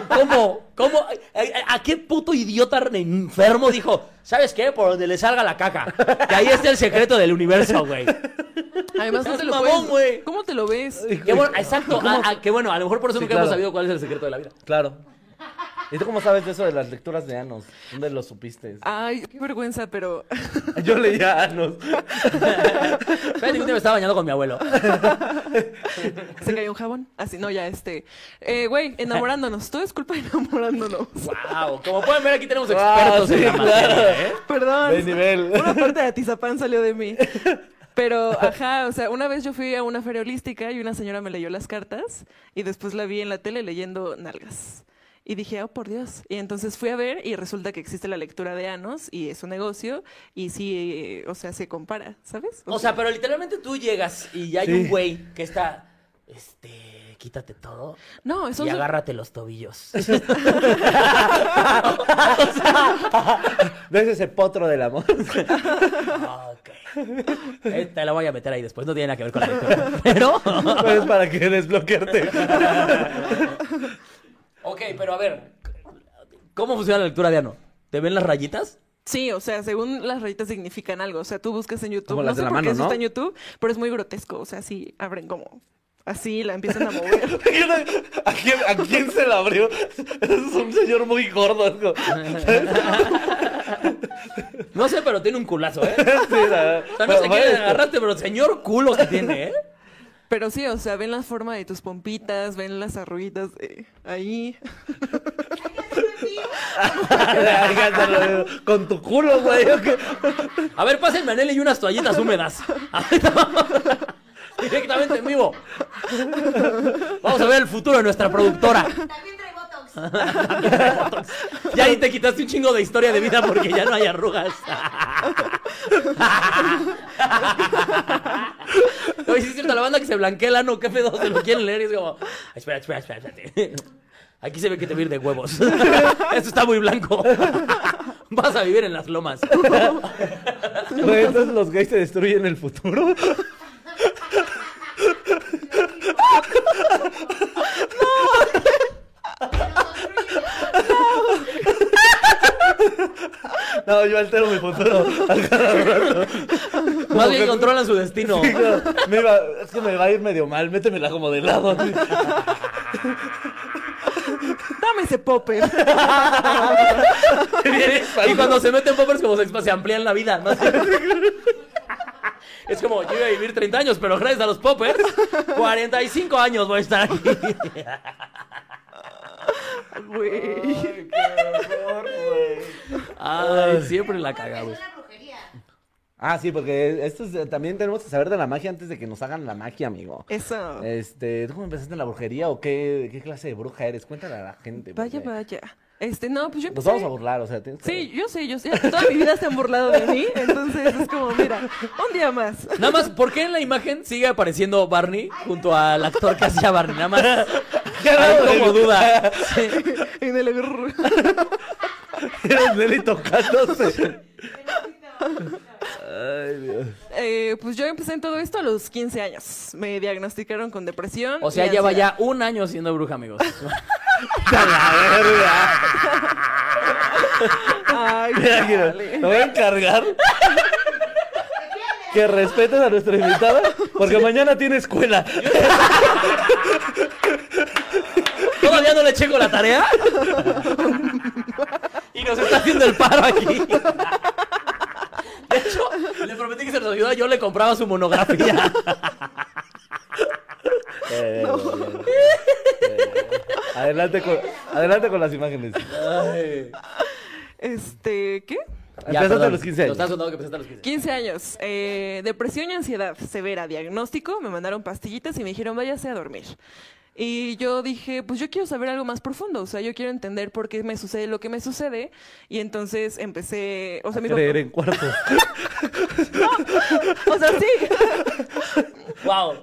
¿Cómo? ¿Cómo? ¿A, a- a qué puto idiota re- enfermo dijo? ¿Sabes qué? Por donde le salga la caca. Que ahí está el secreto del universo, güey.
Además, no *laughs*
Estás
te lo
mamón,
puedes-
güey.
¿Cómo te lo ves?
Qué bueno, exacto. A, a- que bueno, a lo mejor por eso
Sí,
nunca
claro.
hemos sabido cuál es el secreto de la vida.
*laughs* Claro. ¿Y tú cómo sabes de eso de las lecturas de Anos? ¿Dónde lo supiste?
Ay, qué vergüenza, pero *laughs*
Ah,
Yo leía Anos.
Espérate, un día me estaba bañando con mi abuelo.
se cayó un jabón. Así, no, ya este. Eh, Güey, enamorándonos. Todo es culpa de enamorándonos.
Wow, como pueden ver aquí tenemos
Wow,
expertos
Ah, sí,
en la materia, ¿eh?
Perdón.
De nivel.
Una parte de Atizapán salió de mí. Pero, ajá, o sea, una vez yo fui a una feria holística y una señora me leyó las cartas y después la vi en la tele leyendo nalgas. Y dije, oh, por Dios. Y entonces fui a ver y resulta que existe la lectura de Anos y es un negocio y sí, eh, o sea, se compara, ¿sabes?
O sea, pero literalmente tú llegas y ya hay
Sí.
un güey que está, este, quítate todo
no, eso
y
es...
agárrate los tobillos.
No es ese potro del amor.
ok. Eh, te la voy a meter ahí después, no tiene nada que ver con la lectura. *laughs* Pero...
Pues para que desbloquearte.
ok, pero a ver, ¿cómo funciona la lectura de Ano? ¿Te ven las rayitas?
Sí, o sea, según las rayitas significan algo. O sea, tú buscas en YouTube.
Como
no
las
sé
de la
por qué
mano,
eso
¿no?
está en YouTube, pero es muy grotesco. O sea, sí, abren como. Así la empiezan
*laughs*
a mover.
¿A quién, a quién se la abrió? Es un señor muy gordo. es como-
No sé, pero tiene un culazo, ¿eh?
Sí, la-
O sea, no sé
Bueno,
quién le
esto.
agarraste, pero señor culo que tiene, ¿eh?
Pero sí, o sea, ven la forma de tus pompitas, ven las arruguitas de ahí.
Ay, *laughs* ya te lo digo. Con tu culo, güey. ¿o qué?
A ver, pásenme a Nelly y unas toallitas húmedas. Directamente en vivo. Vamos a ver el futuro de nuestra productora.
También trae botox.
Y ahí te quitaste un chingo de historia de vida porque ya no hay arrugas. Oye, sí es cierto, la banda que se blanquea el ano, qué pedo, se lo quieren leer y es como... "Ay, Espera, espera, espera, espérate. Aquí se ve que te va a ir de huevos. Esto está muy blanco. Vas a vivir en las lomas.
Güey, entonces los gays se destruyen el futuro. No, yo altero mi futuro.
Más bien controlan su destino.
Sí, claro. Me iba- es que me va a ir medio mal, métemela como de lado. así.
*laughs* Dame ese popper.
y cuando se meten poppers como se, expa- se amplían la vida. ¿no? es como, yo iba a vivir 30 años, pero gracias a los poppers, 45 años voy a estar aquí.
*laughs* Güey.
Ay, siempre la cagamos.
Es una brujería.
Ah, sí, porque esto es- también tenemos que saber de la magia antes de que nos hagan la magia, amigo.
Eso.
Eh,
Este, ¿tú cómo empezaste en la brujería o qué, qué clase de bruja eres? Cuéntale a la gente.
Vaya,
porque
vaya. Este, no, pues yo
Nos
empecé...
vamos a burlar, o sea, tienes que-
Sí, yo sé, yo sé. Toda mi vida se han burlado de mí, entonces es como, mira, un día más.
Nada más, ¿por qué en la imagen sigue apareciendo Barney junto al actor que hacía Barney? Nada más. *laughs* Hay como duda. Sí.
*laughs* En el grrr.
*laughs* Eres Nelly tocándose.
*laughs* Eh, pues yo empecé en todo esto a los 15 años. Me diagnosticaron con depresión.
O sea,
y
lleva
ansiedad.
ya un año siendo bruja, amigos.
Ay,
Mira, Guido, Te voy a encargar que respetes a nuestra invitada porque mañana tiene escuela.
Todavía no le checo la tarea. Y nos está haciendo el paro aquí. De hecho, le prometí que se nos ayudara. Yo le compraba su monografía.
Eh, eh, Adelante con, adelante con las imágenes.
este, ¿qué?
Empezaste a los 15
Lo estás
años.
contando que empezaste a los 15.
15 años. eh, depresión y ansiedad severa. Diagnóstico. Me mandaron pastillitas y me dijeron, váyase a dormir. Y yo dije, pues yo quiero saber algo más profundo. O sea, yo quiero entender por qué me sucede lo que me sucede. Y entonces empecé. O sea, mi papá-
Creer en cuartos.
O sea, sí.
Wow.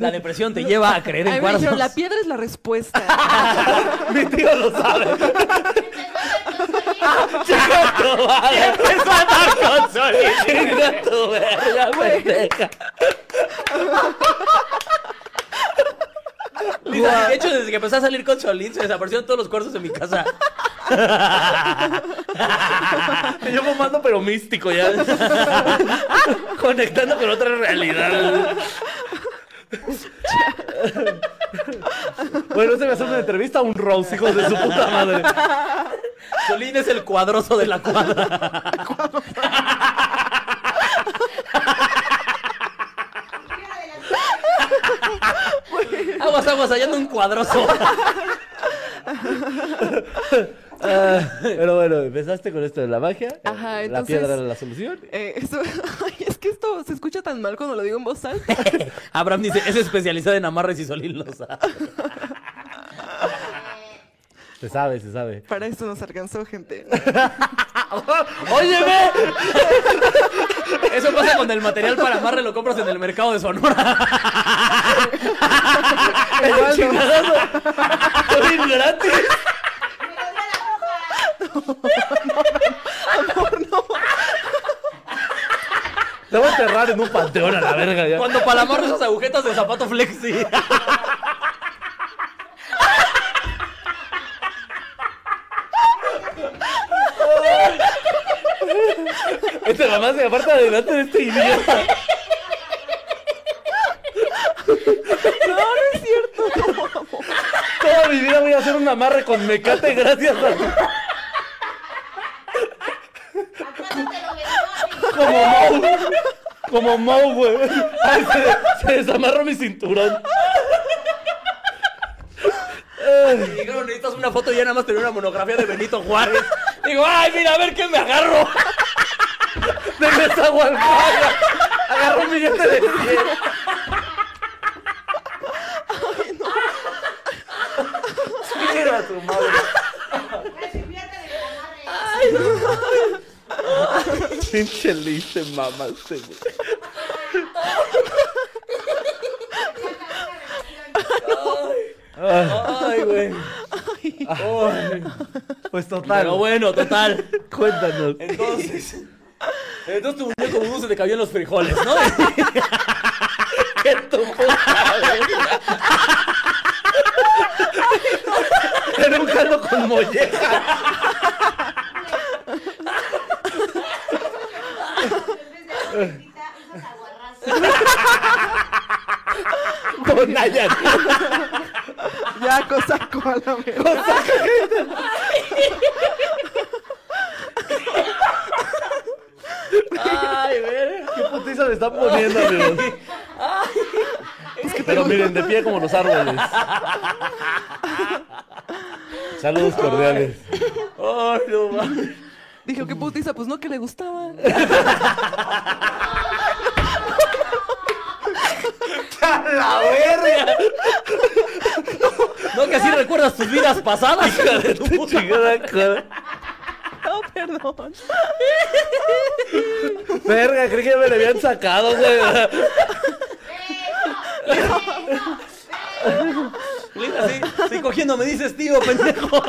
La depresión te lleva a creer
A
en
mí me
cuartos.
dijeron, la piedra es la respuesta. *laughs*
*laughs*
Mi tío lo sabe.
Mientras no sean tus sueños,
Empezó a andar con Sony. Chinga
*laughs*
tu verga, pendeja. Lisa, de hecho, desde que empecé a salir con Solín, se desaparecieron todos los cuartos de mi casa.
*laughs* Yo fumando, pero místico ya.
*laughs*
*laughs* Conectando con otra realidad. bueno, se me hace una entrevista a un Rose, hijos de su puta madre.
Solín es el cuadroso de la cuadra.
cualquiera de las dos.
Aguas, aguas, allá anda un cuadroso.
Pero bueno, empezaste con esto de la magia.
Ajá,
la
entonces-
piedra era la solución.
Eh, eso- ay, es que esto se escucha tan mal cuando lo digo en voz alta.
*laughs* Abraham dice, es especializado en amarres y Solín lo sabe.
Se sabe, se sabe.
Para esto nos alcanzó,
*laughs*
gente.
*laughs* ¡Óyeme! Eso pasa cuando el material para amarre lo compras en el mercado de Sonora.
¡El chingadazo! ¡Soy gratis!
Me los da la bruja.
Te voy a enterrar en un panteón a la verga ya.
Cuando para amarre esas agujetas de zapato flexi.
Este mamá se aparta delante de este idiota.
No, no es cierto.
Toda mi vida voy a hacer un amarre con mecate gracias a...
Acuérdate lo mejor.
Como Mau. Como Mau, güey. Ay, se, se desamarró mi cinturón.
Me dijeron, necesitas una foto y ya nada más tenía una monografía de Benito Juárez. Digo, ay, mira, a ver qué me agarro.
De esa gualcaya. Agarró un billete de 100. Mira tu madre.
Casi pierde de amarre.
Pinche Liz, te mamaste, güey.
Ay, güey.
Ay, Pues total.
Pero bueno, total.
Cuéntanos.
Entonces. Entonces tu muñeco vudú se te cayó en los frijoles, ¿no? *laughs*
Era un caldo con molleja.
En vez de amarretita, usas aguarrazo.
Con Nayan.
Ya, cosa a la mejor.
Ay, güey.
¿Qué putiza me están poniendo, amigos? Pero miren, de pie como los árboles. Saludos cordiales.
Ay, no mames.
Dijo, qué putiza, pues no, que le gustaba.
¡La verga!
No, que así recuerdas tus vidas pasadas. Hija de tu puta.
Chingada cara.
No, perdón.
Verga, creí que me le habían sacado, güey.
Linda, sí, sí, cogiendo me dices, tío, pendejo.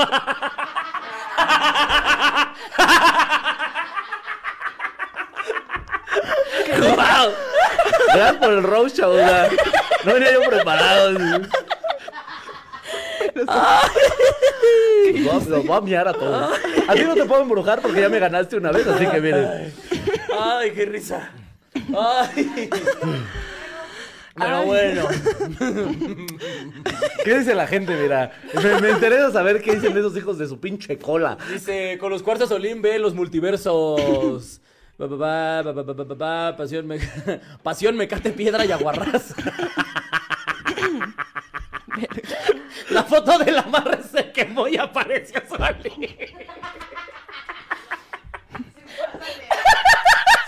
¡Wow! Gracias por el roast, chavula. No venía yo preparado. sí. Los voy, a- los voy a miar a todos. A ti no te puedo embrujar porque ya me ganaste una vez, así que miren.
Ay, qué risa. Ay. Pero
Ay.
bueno.
¿Qué dice la gente? Mira, me, me interesa saber qué dicen esos hijos de su pinche cola.
Dice, con los cuartos Olim ve los multiversos. Ba, ba, ba, ba, ba, ba, ba, ba, ba, pasión, me... *laughs* pasión, mecate, piedra y aguarrás. La foto de la marra se quemó y apareció *laughs* Soli.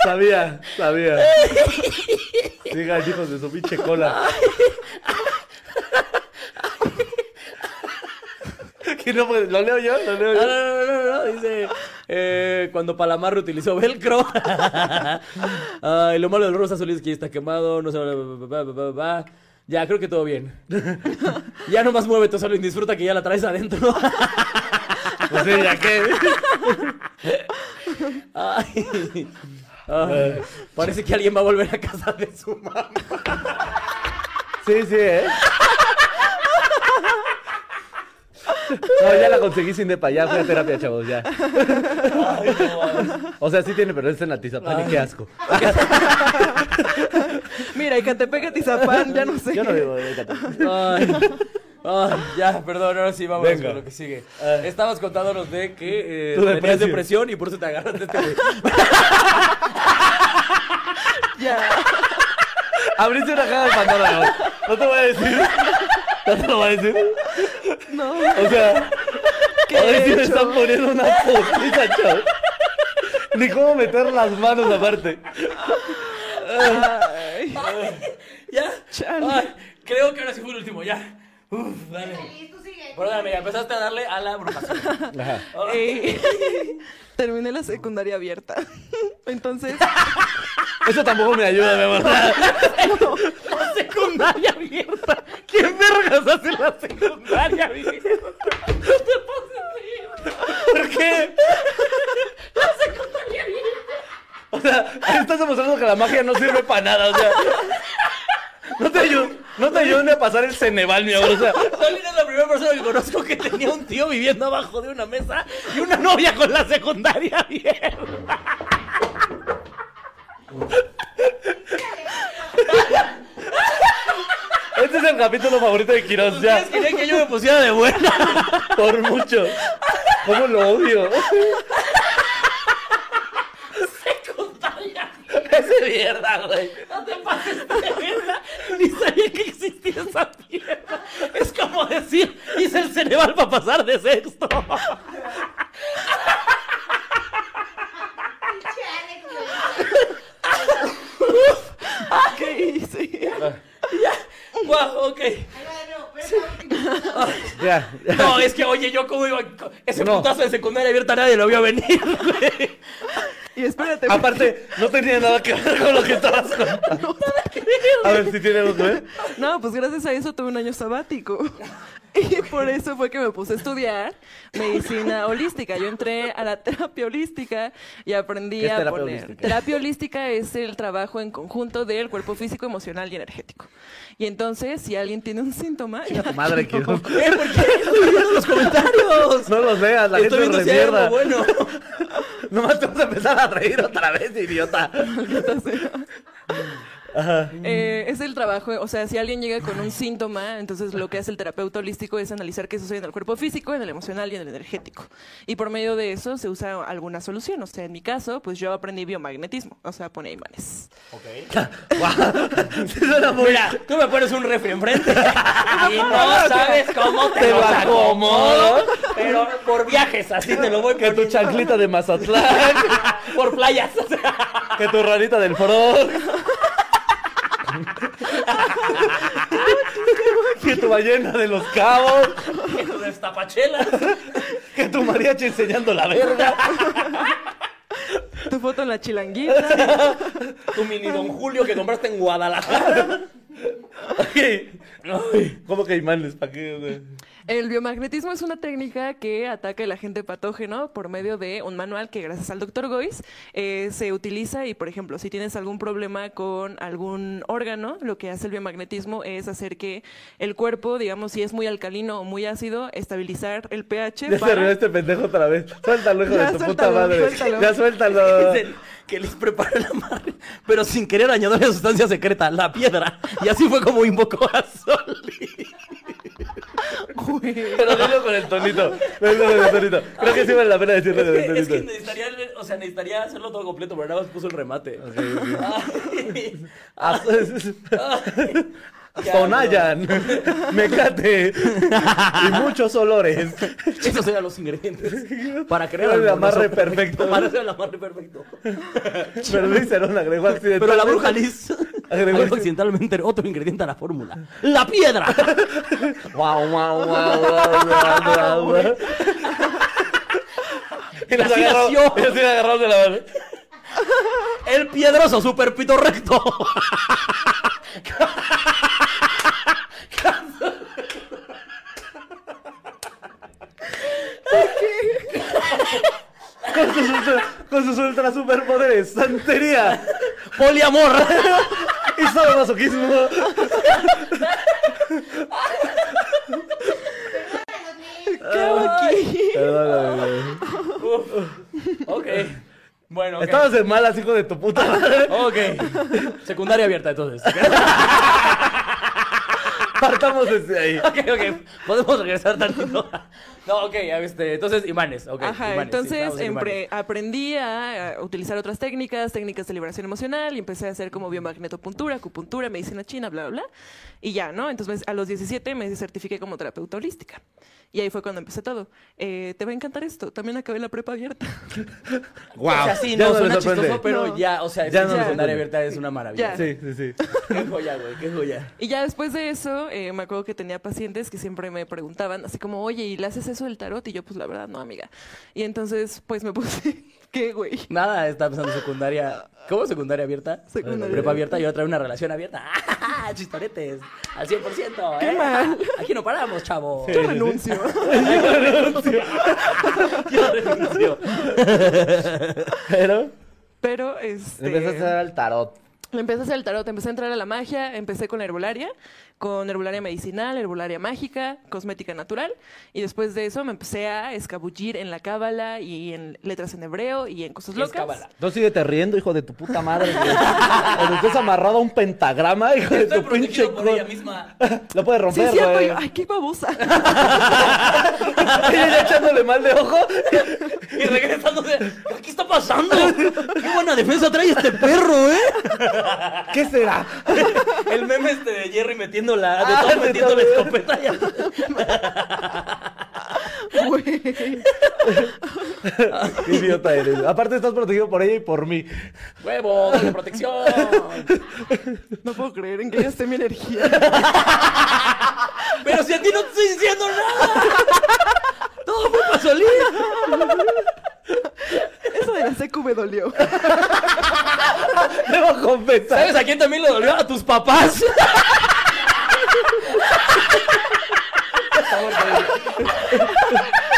Sabía, sabía. Digan hijos de su pinche cola. ¿Qué no puede- ¿Lo leo yo? ¿Lo leo
No,
yo?
no, no, no, no, dice. eh, cuando Palamarro utilizó velcro. *laughs* Ay, lo malo del rosa azul es que ya está quemado. No se va- va- va- va- va. Ya, creo que todo bien. *laughs* ya nomás muévete solo y disfruta que ya la traes adentro.
Pues sí, ya qué.
Ay. Ay, Eh, Parece que alguien va a volver a casa de su mamá.
Sí, sí, ¿eh? *laughs* No, ya la conseguí sin depa, ya fui a terapia, chavos, ya. O sea, sí tiene, pero es en Atizapán y qué asco.
Mira, y Catepec, Tizapán, ya no sé.
Yo no vivo en Catepec.
Ay. Ay, ya, perdón, ahora sí vamos
Venga.
con lo que sigue.
Ah.
Estabas contándonos de que eh,
Tu
tenías
depresión.
Eh. depresión y por eso te agarraste este güey.
Ya.
Abriste una caja de Pandora, güey. No te voy a decir. No te lo voy a decir.
No,
O sea,
¿qué
a ver si
he
me
hecho?
están poniendo una putiza, chavos. Ni cómo meter las manos aparte.
Ay,
Ya.
Chale.
Ay, *laughs* creo que ahora sí fue el último, ya. Uf, dale.
Feliz, tú sigue.
Perdóname, ya empezaste a darle a la brujación.
Ajá. *laughs*
eh, Terminé la secundaria abierta. *laughs*
*laughs*
Entonces,
Eso tampoco me ayuda, mi amor.
La secundaria abierta. ¿Quién vergas hace la secundaria abierta? No te pases de ir.
¿Por qué? O sea, ahí estás demostrando que la magia no sirve para nada, o sea. No te ayuda, no te ayuda ni a pasar el Ceneval, mi amor. O sea,
Solín es la primera persona que conozco que tenía un tío viviendo abajo de una mesa y una novia con la secundaria abierta.
Este es el capítulo favorito de Quirón, ya.
Ustedes querían que yo me pusiera de buena.
*laughs* Por mucho. ¿Cómo lo odio?
Se contagia.
Ese mierda, güey.
No te pases de verga. Ni sabía que existía esa mierda. Es como decir, hice el Ceneval para pasar de sexto.
Pinche Alex, güey.
¿Qué hice?
Wow, ok.
Ahí va de nuevo, pero es la última.
Ya.
No, es que, oye, yo como iba. Ese
No.
putazo de secundaria abierta nadie lo vio venir,
*laughs*
güey.
Y espérate.
Ah, Aparte, no tenía nada que ver con lo que estabas contando. A ver si tiene ¿eh? algo que ver.
No, pues gracias a eso tuve un año sabático. *laughs* Y por eso fue que me puse a estudiar medicina holística. Yo entré a la terapia holística y aprendí
¿Qué es
a
terapia
poner.
holística?
Terapia holística es el trabajo en conjunto del cuerpo físico, emocional y energético. Y entonces, si alguien tiene un síntoma,
A
*laughs*
tu
*laughs*
madre, Quirón.
Eh, ¿Por
*laughs*
qué? Estoy leyendo los comentarios.
No los veas, la
Estoy viendo
gente
si hay algo
remierda.
bueno.
*laughs* Nomás te vas a empezar a reír otra
*laughs*
vez, idiota.
maldita sea. Eh, es el trabajo, o sea, si alguien llega con un síntoma, entonces lo que hace el terapeuta holístico es analizar qué sucede en el cuerpo físico, en el emocional y en el energético. Y por medio de eso se usa alguna solución. O sea, en mi caso, pues yo aprendí biomagnetismo, o sea, pone imanes.
Sí, suena muy- Ah,
Mira, tú me pones un refri enfrente y no sabes cómo te,
Te
lo
lo
acomodo, pero por viajes así te lo voy
Que tu
poniendo,
chanclita de Mazatlán,
*laughs* por playas.
*laughs* que tu ranita
*laughs*
del Frog. Que tu ballena de los cabos,
que tú destapachelas.
que tu mariachi enseñando la verga.
Tu foto en la chilanguita.
Tu mini Don Julio que compraste en Guadalajara.
Ay, ¿Cómo que imanes? ¿Para qué? güey?
El biomagnetismo es una técnica que ataca el agente patógeno por medio de un manual que gracias al doctor Goiz eh, se utiliza y, por ejemplo, si tienes algún problema con algún órgano, lo que hace el biomagnetismo es hacer que el cuerpo, digamos, si es muy alcalino o muy ácido, estabilizar el pH
*laughs* Ya se rió
para...
este pendejo otra vez. Suéltalo, hijo
Ya,
de tu puta
suéltalo,
madre.
suéltalo.
*laughs*
Ya suéltalo.
Dicen que les preparó la madre, pero sin querer añadió la sustancia secreta, la piedra. Y así fue como invocó a Soli.
Pero dilo con el
*laughs*
tonito. Dilo con el tonito. Creo que sí vale la pena decirlo con el
Es que
tonito.
necesitaría, o sea, necesitaría hacerlo todo completo, pero nada más puso el remate. Ay.
Ah,
Ya,
Tonayan, *laughs*
*laughs*
mecate y muchos olores.
Esos eran los ingredientes para crear
Era el
almuerzo
amarre perfecto.
*laughs* Para hacer el amarre perfecto.
Pero Luis Cerón agregó accidentalmente.
Pero la bruja Liz
Agregó
agregó
el-
accidentalmente otro ingrediente a la fórmula. ¡La piedra!
Guau, guau, guau, guau, guau, guau, guau. Y los
Así
agarró,
nació.
ellos sí agarraron de la mano.
El piedroso super pito recto.
Con sus ultra, con sus ultra superpoderes, santería
Poliamor.
y solo masoquismo.
Perdónanos, Nick.
*laughs*
Perdóname.
Ok. Bueno, ok.
Estabas en malas, hijo de tu puta madre. *laughs*
Ok. Secundaria abierta entonces.
Partamos desde ahí.
Ok, ok. Podemos regresar tantito. No, ok. Este, entonces, imanes. ok,
Ajá,
imanes, sí,
entonces
estamos en
empre-
imanes.
aprendí a, a utilizar otras técnicas, técnicas de liberación emocional, y empecé a hacer como biomagnetopuntura, acupuntura, medicina china, bla, bla, bla. Y ya, ¿no? Entonces pues, a los 17 me certifiqué como terapeuta holística. Y ahí fue cuando empecé todo. Eh, Te va a encantar esto. También acabé la prepa abierta. *laughs*
O sea, sí, no,
Ya no me
suena
sorprende.
chistoso, pero
No.
ya, o sea,
Ya no
la
me
secundaria
sorprende.
abierta es una maravilla.
Ya.
Sí, sí, sí. *laughs*
Qué joya, güey, qué joya.
Y ya después de eso, eh, me acuerdo que tenía pacientes que siempre me preguntaban, así como, oye, ¿y le haces eso del tarot? Y yo, pues la verdad, no, amiga. Y entonces, pues me puse, *laughs*
*laughs*
¿qué, güey?
Nada, está pensando secundaria. ¿Cómo secundaria abierta?
Secundaria
Prepa abierta y otra una relación abierta. *laughs* ¡Ah, chistoretes! Al 100%.
Qué
¿eh?
mal.
Aquí no paramos, chavo.
Yo renuncio. *laughs*
*laughs* Yo renuncio.
Pues, Pero
Pero, este...
empezaste a hacer al tarot.
Empecé a hacer el tarot, empecé a entrar a la magia, empecé con la herbolaria, con herbularia medicinal, herbularia mágica, cosmética natural. Y después de eso me empecé a escabullir en la cábala y en letras en hebreo y en cosas
¿Qué es
locas.
cábala?
No síguete riendo, hijo de tu puta madre. güey. Cuando estés amarrado a un pentagrama, hijo de
Estoy
tu pinche
protegido por ella
cu-
misma.
Lo puedes
Sí,
romper,
es cierto.
güey.
yo- Ay, qué babosa.
*laughs*
*laughs*
Ella ya echándole mal de ojo.
Y regresándose. ¿Qué está pasando? Qué buena defensa trae este perro, ¿eh?
¿Qué será?
El meme este de Jerry metiendo la. De
Ah,
Tom
de
metiendo
Tom.
la escopeta. ya.
Güey.
Qué idiota eres. Aparte estás protegido por ella y por mí.
¡Huevo! ¡De protección!
No puedo creer en que gasté mi energía.
Pero si a ti no te estoy diciendo nada. Todo fue para Solís.
Eso de la secu me dolió.
Debo confesar.
¿Sabes a quién también le dolió? A tus papás.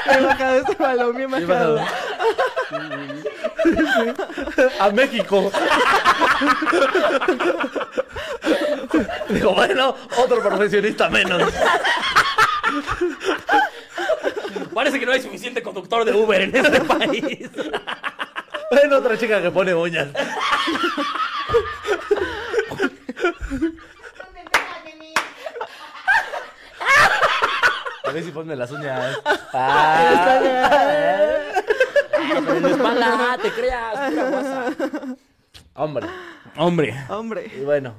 Me he bajado este balón, me he bajado.
A México. Digo, bueno, otro profesionista menos.
Parece que no hay suficiente conductor de Uber en este país.
Bueno, otra chica que pone uñas.
¿Dónde deja de mí?
A ver si ponme las uñas. Ah.
En la espalda, te creas. pura guasa.
Hombre.
Hombre.
Y
Hombre.
bueno.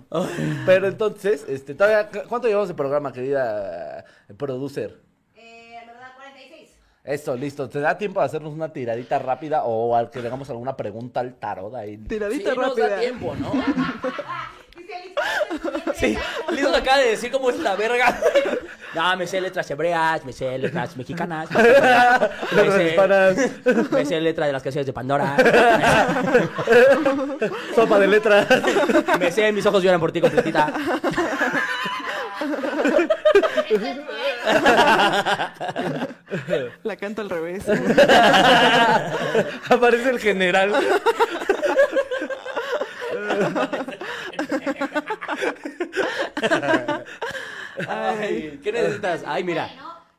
Pero entonces, este, todavía, ¿cuánto llevamos de programa, querida producer?
Eh, la verdad, 46.
Eso, listo. ¿Te da tiempo de hacernos una tiradita rápida o al que le hagamos alguna pregunta al tarot ahí?
Sí,
*laughs*
Tiradita
nos da
rápida.
tiempo, ¿no?
*laughs* Dice Alicia,
Sí, Listo acaba de decir cómo es la verga. *laughs* No, me sé letras hebreas, me sé letras mexicanas. Me
Letras hispanas.
me sé letras de las canciones de Pandora. *laughs*
Sopa de *laughs* letras.
Me sé mis ojos lloran por ti completita. *laughs*
esto es bueno.
La canto al revés.
Aparece el general.
Ay, ¿Qué necesitas? Ay, mira.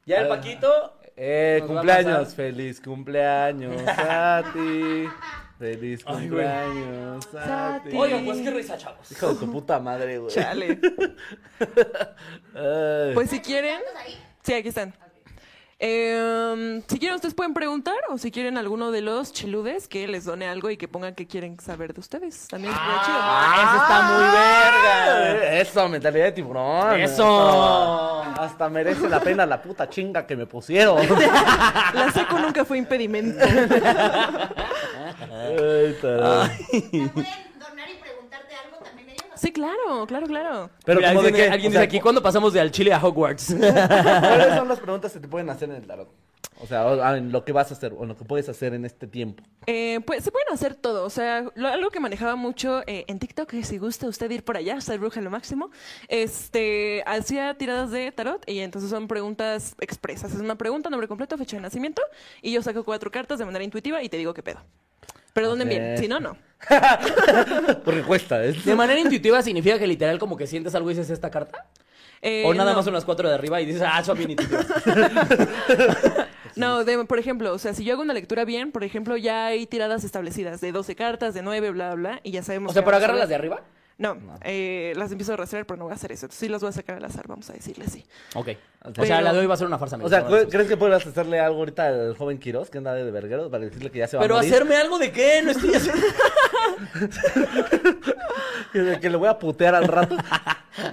Ya el Paquito.
Eh,
Nos va a
cumpleaños.
pasar.
Feliz cumpleaños a ti. Feliz
Ay, güey.
cumpleaños a
Sati.
ti.
Oigan, pues qué risa, chavos.
Hijo de tu puta madre, güey.
*laughs*
Chale.
Ay.
Pues si quieren.
ahí?
Sí, aquí están. Em, si quieren, ustedes pueden preguntar o si quieren alguno de los chiludes que les done algo y que pongan que quieren saber de ustedes. También sería
Ah, eso está muy verga.
Eso, mentalidad de tiburón.
Eso.
Hasta merece la pena la puta chinga que me
*laughs*
pusieron.
chido. La seco nunca fue impedimento.
Ay,
Ah.
tarado.
¿Pueden donar y preguntarte algo también ellos?
Sí, claro, claro, claro.
Pero
Mira,
como de
alguien,
qué?
alguien
O sea,
dice aquí, ¿cuándo pasamos de al Chile a
*laughs*
Hogwarts?
¿Cuáles son las preguntas que te pueden hacer en el tarot? O sea, o- ah, en lo que vas a hacer o en lo que puedes hacer en este tiempo. *laughs*
Eh, pues se pueden hacer todo, o sea, lo- algo que manejaba mucho eh, en TikTok, que si gusta usted ir por allá, ser bruja lo máximo, este, hacía tiradas de tarot y entonces son preguntas expresas, es una pregunta, nombre completo, fecha de nacimiento y yo saco cuatro cartas de manera intuitiva y te digo qué pedo. Pero ¿dónde
Ok.
bien? Si no, no.
Porque cuesta, ¿eh?
De manera intuitiva significa que literal como que sientes algo y dices esta carta.
Eh,
O nada
no.
más son las cuatro de arriba y dices, ah, son bien intuitivas.
No, de- por ejemplo, o sea, si yo hago una lectura bien, por ejemplo, ya hay tiradas establecidas de 12 cartas, de 9, bla, bla, y ya sabemos.
O sea,
qué
pero
vamos a
agarra las
ver.
de arriba.
No, eh, las empiezo a rastrear, pero no voy a hacer eso. Entonces, sí las voy a sacar al azar, vamos a decirle así.
Ok. O
Pero-
sea, la de hoy va a ser una farsa. me
O sea,
dijeron.
¿cre- ¿crees que puedes hacerle algo ahorita al joven Quiroz que anda de verguero para decirle que ya se va
Pero
a *laughs* morir?
hacerme algo de qué? No estoy *laughs* haciendo...
Que, que le voy a putear
*laughs*
al rato.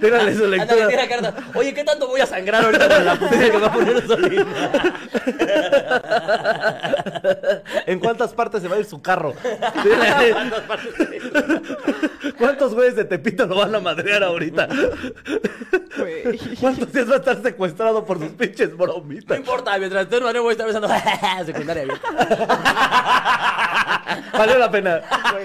Tírale su
Ándale,
lectura.
tira carta. Oye, ¿qué tanto voy a sangrar ahorita con
*laughs*
la puta que va a poner Solina? *laughs*
¿En cuántas partes se va a ir su carro? Tírale. ¿Cuántos güeyes de Tepito lo van a madrear ahorita?
Güey.
¿Cuántos días va a estar secuestrado por sus pinches
No
bromitas?
importa, mientras esté en Mario voy a estar pensando *laughs* secundaria bien.
*laughs* Valió la pena.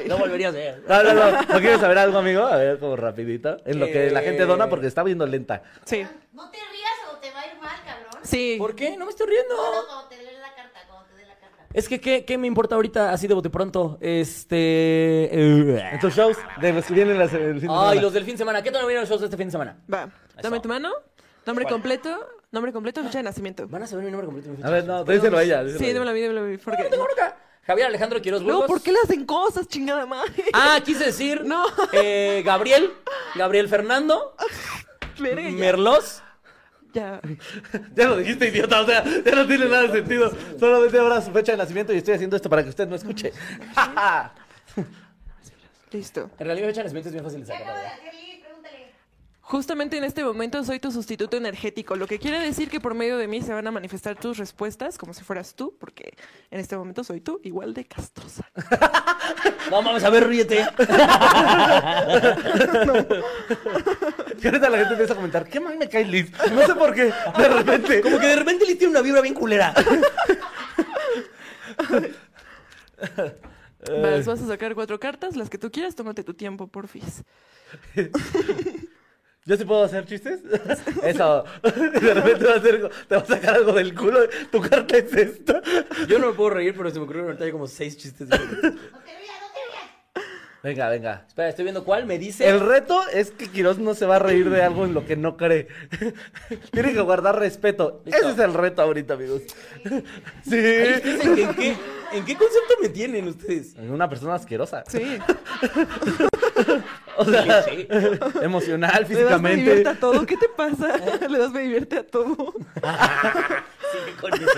No volvería a hacer.
No, no, no. ¿No quieres saber algo, amigo? A ver, como rapidito. En lo que la
Eh.
gente dona porque está viendo lenta.
Sí.
No te rías o te va a ir mal, cabrón.
Sí.
¿Por qué? No me estoy
No, no,
riendo.
cuando te lees la carta, cuando te dé la carta.
Es que, ¿qué, qué me importa ahorita así de bote pronto? Este... eh,
En tus shows de los que vienen las... el fin de
Ay,
semana.
los del fin de semana. ¿Qué tal vienen los shows de este fin de semana?
Va. Dame tu mano. Nombre
¿Cuál?
completo. Nombre completo, fecha de nacimiento.
Van a saber mi nombre completo. y mi fecha.
A ver, no, díselo a ella. díselo
Sí,
a ella.
démelo a mí, démelo a mí.
No,
Porque...
no tengo bronca. Javier Alejandro Quiroz
No,
Burgos.
¿por qué le hacen cosas, chingada madre?
Ah, quise decir.
No.
eh, Gabriel. Gabriel Fernando. Ah,
*laughs* Verga, ya,
Merlos.
ya.
*laughs* Ya lo dijiste, idiota, o sea, ya no tiene nada de sentido. Solamente habrá su fecha de nacimiento y estoy haciendo esto para que usted no escuche. *laughs*
Listo.
En realidad, mi fecha de nacimiento es bien fácil de
¿Qué
sacar.
acaba de
¿verdad?
hacer Lili? Pregúntale.
Justamente en este momento soy tu sustituto energético, lo que quiere decir que por medio de mí se van a manifestar tus respuestas como si fueras tú, porque en este momento soy tú, igual de castrosa.
No mames, a ver, ríete.
Que ahorita la gente empieza a comentar, ¿qué mal me cae Liz? No sé por qué, de repente.
Como que de repente le tiene una vibra bien culera. Eh.
Vas, vas a sacar cuatro cartas, las que tú quieras, tómate tu tiempo,
*laughs*
porfis.
¿Yo sí puedo hacer chistes? *laughs* Eso. Y de repente va a hacer- te va a sacar algo del culo. Tu carta es esta.
Yo no me puedo reír, pero se me ocurrieron ahorita hay como seis chistes. diferentes.
No te rías, no te rías.
Venga, venga.
Espera, estoy viendo cuál me dice.
El reto es que Quiroz no se va a reír de algo en lo que no cree. *laughs* Tiene que guardar respeto.
Listo.
Ese es el reto ahorita, amigos.
Ay,
Sí.
dicen que ¿En qué, en qué concepto me tienen ustedes?
Una persona asquerosa.
Sí.
O sea,
Sí,
*laughs* emocional,
Le das me divierte
físicamente.
a todo. ¿Qué te
*laughs*
pasa? Le das me divierte a todo.
Sigue con eso.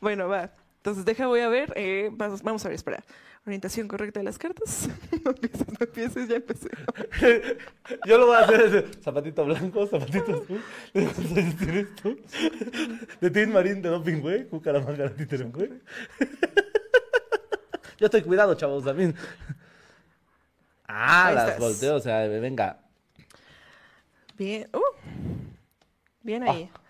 Bueno, va. Entonces, deja, voy a ver. eh, vamos, vamos a ver, espera. Orientación correcta de las cartas. *laughs* No empieces, no empieces, ya empecé.
*laughs* Yo lo voy a hacer ese, zapatito blanco, zapatito azul. ¿De *laughs* dónde decir esto? De Tin Marín, de Doping, güey. Cucaramanga, de Títerem, güey. *laughs* Yo estoy cuidado, chavos, también. Ah,
Ahí
las
estás.
volteo, o sea, venga.
Bien. Uh. Bien ahí.
Ah.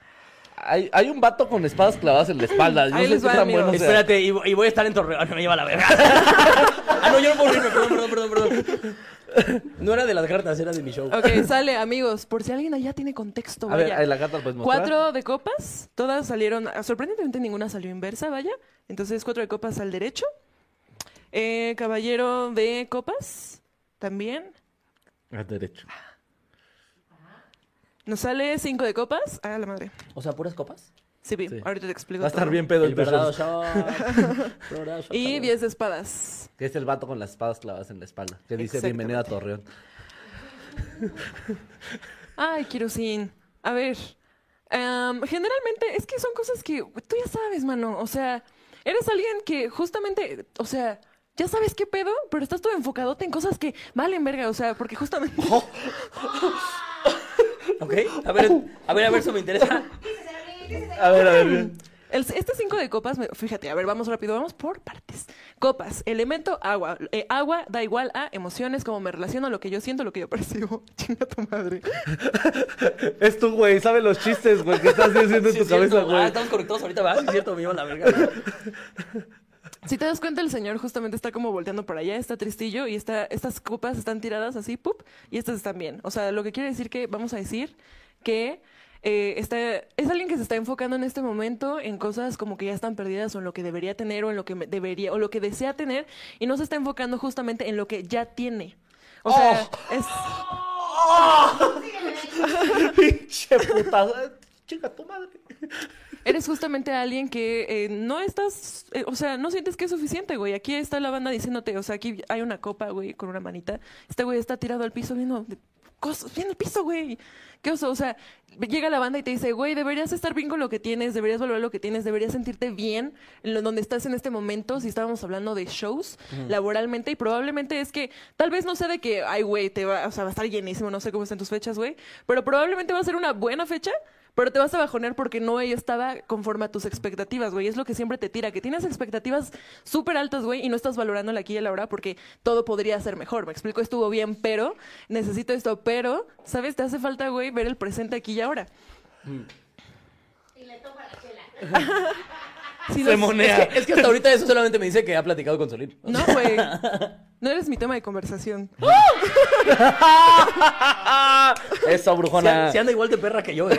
Hay, hay un vato con espadas clavadas en la espalda. Yo
Ahí
sé
les
qué
va,
tan
amigos.
bueno sea.
Espérate, y, y voy a estar en Torreón. No me lleva la
*laughs*
verga. ah, no, yo no puedo reírme. Perdón, perdón, perdón, perdón. No era de las cartas, era de mi show.
Ok, sale, amigos. Por si alguien allá tiene contexto,
A ver,
vaya.
ahí la carta la puedes mostrar.
Cuatro de copas, todas salieron, ah, sorprendentemente ninguna salió inversa, vaya. Entonces, cuatro de copas al derecho. Eh, caballero de copas, también.
Al derecho.
Nos sale cinco de copas. Ah, la madre.
O sea, puras copas.
Sí, vi.
Sí.
ahorita te explico.
Va a estar
todo.
bien pedo el,
El verdadero
show.
show. *laughs* Verdadero show,
Y
cabrón.
diez de espadas.
Que es el vato con las espadas clavadas en la espalda. Que dice, bienvenido a Torreón.
Ay, querosín. A ver. em, generalmente, es que son cosas que tú ya sabes, mano. O sea, eres alguien que justamente, o sea, ya sabes qué pedo, pero estás todo enfocadote en cosas que valen verga. O sea, porque justamente.
Ok, a ver, a ver, a ver, eso me *laughs* interesa.
Díselo, Lili, díselo.
A ver, a ver, bien.
El- este 5 de copas, me- fíjate, a ver, vamos rápido, vamos por partes. Copas, elemento agua. Eh, agua da igual a emociones, como me relaciono, lo que yo siento, lo que yo percibo. *laughs* Chinga tu madre.
Es tu güey, sabe los chistes, güey, que estás haciendo en
Sí,
tu
es cierto.
cabeza,
Ah,
güey.
estamos conectados ahorita, ¿verdad? Sí, es cierto, me lleva la *laughs* verga.
Si te das cuenta, el señor justamente está como volteando para allá, está tristillo y está, estas copas están tiradas así, pup, y estas están bien. O sea, lo que quiere decir que vamos a decir que eh, está, es alguien que se está enfocando en este momento en cosas como que ya están perdidas o en lo que debería tener o en lo que me- debería o lo que desea tener y no se está enfocando justamente en lo que ya tiene. O sea, es...
*laughs* Pinche putazo. Chica, tu madre.
Eres justamente alguien que eh, no estás, eh, o sea, no sientes que es suficiente, güey. Aquí está la banda diciéndote, o sea, aquí hay una copa, güey, con una manita. Este güey está tirado al piso viendo de- cosas, viendo el piso, güey. ¿Qué oso? O sea, llega la banda y te dice, güey, deberías estar bien con lo que tienes, deberías valorar lo que tienes, deberías sentirte bien en lo- donde estás en este momento. Si estábamos hablando de shows laboralmente, y probablemente es que, tal vez no sea de que, ay, güey, te va, o sea, va a estar llenísimo, no sé cómo están tus fechas, güey, pero probablemente va a ser una buena fecha. Pero te vas a bajonear porque no ella estaba conforme a tus expectativas, güey. Es lo que siempre te tira, que tienes expectativas súper altas, güey, y no estás valorando la aquí y la ahora porque todo podría ser mejor. Me explico, estuvo bien, pero necesito esto, pero, ¿sabes? Te hace falta, güey, ver el presente aquí y ahora.
Y le toca la chela.
Si
Se
no-
monea.
Es que hasta ahorita eso solamente me dice que ha platicado con Solín.
No, güey. No eres mi tema de conversación.
Eso,
Se,
brujona.
anda igual de perra que yo, ¿eh?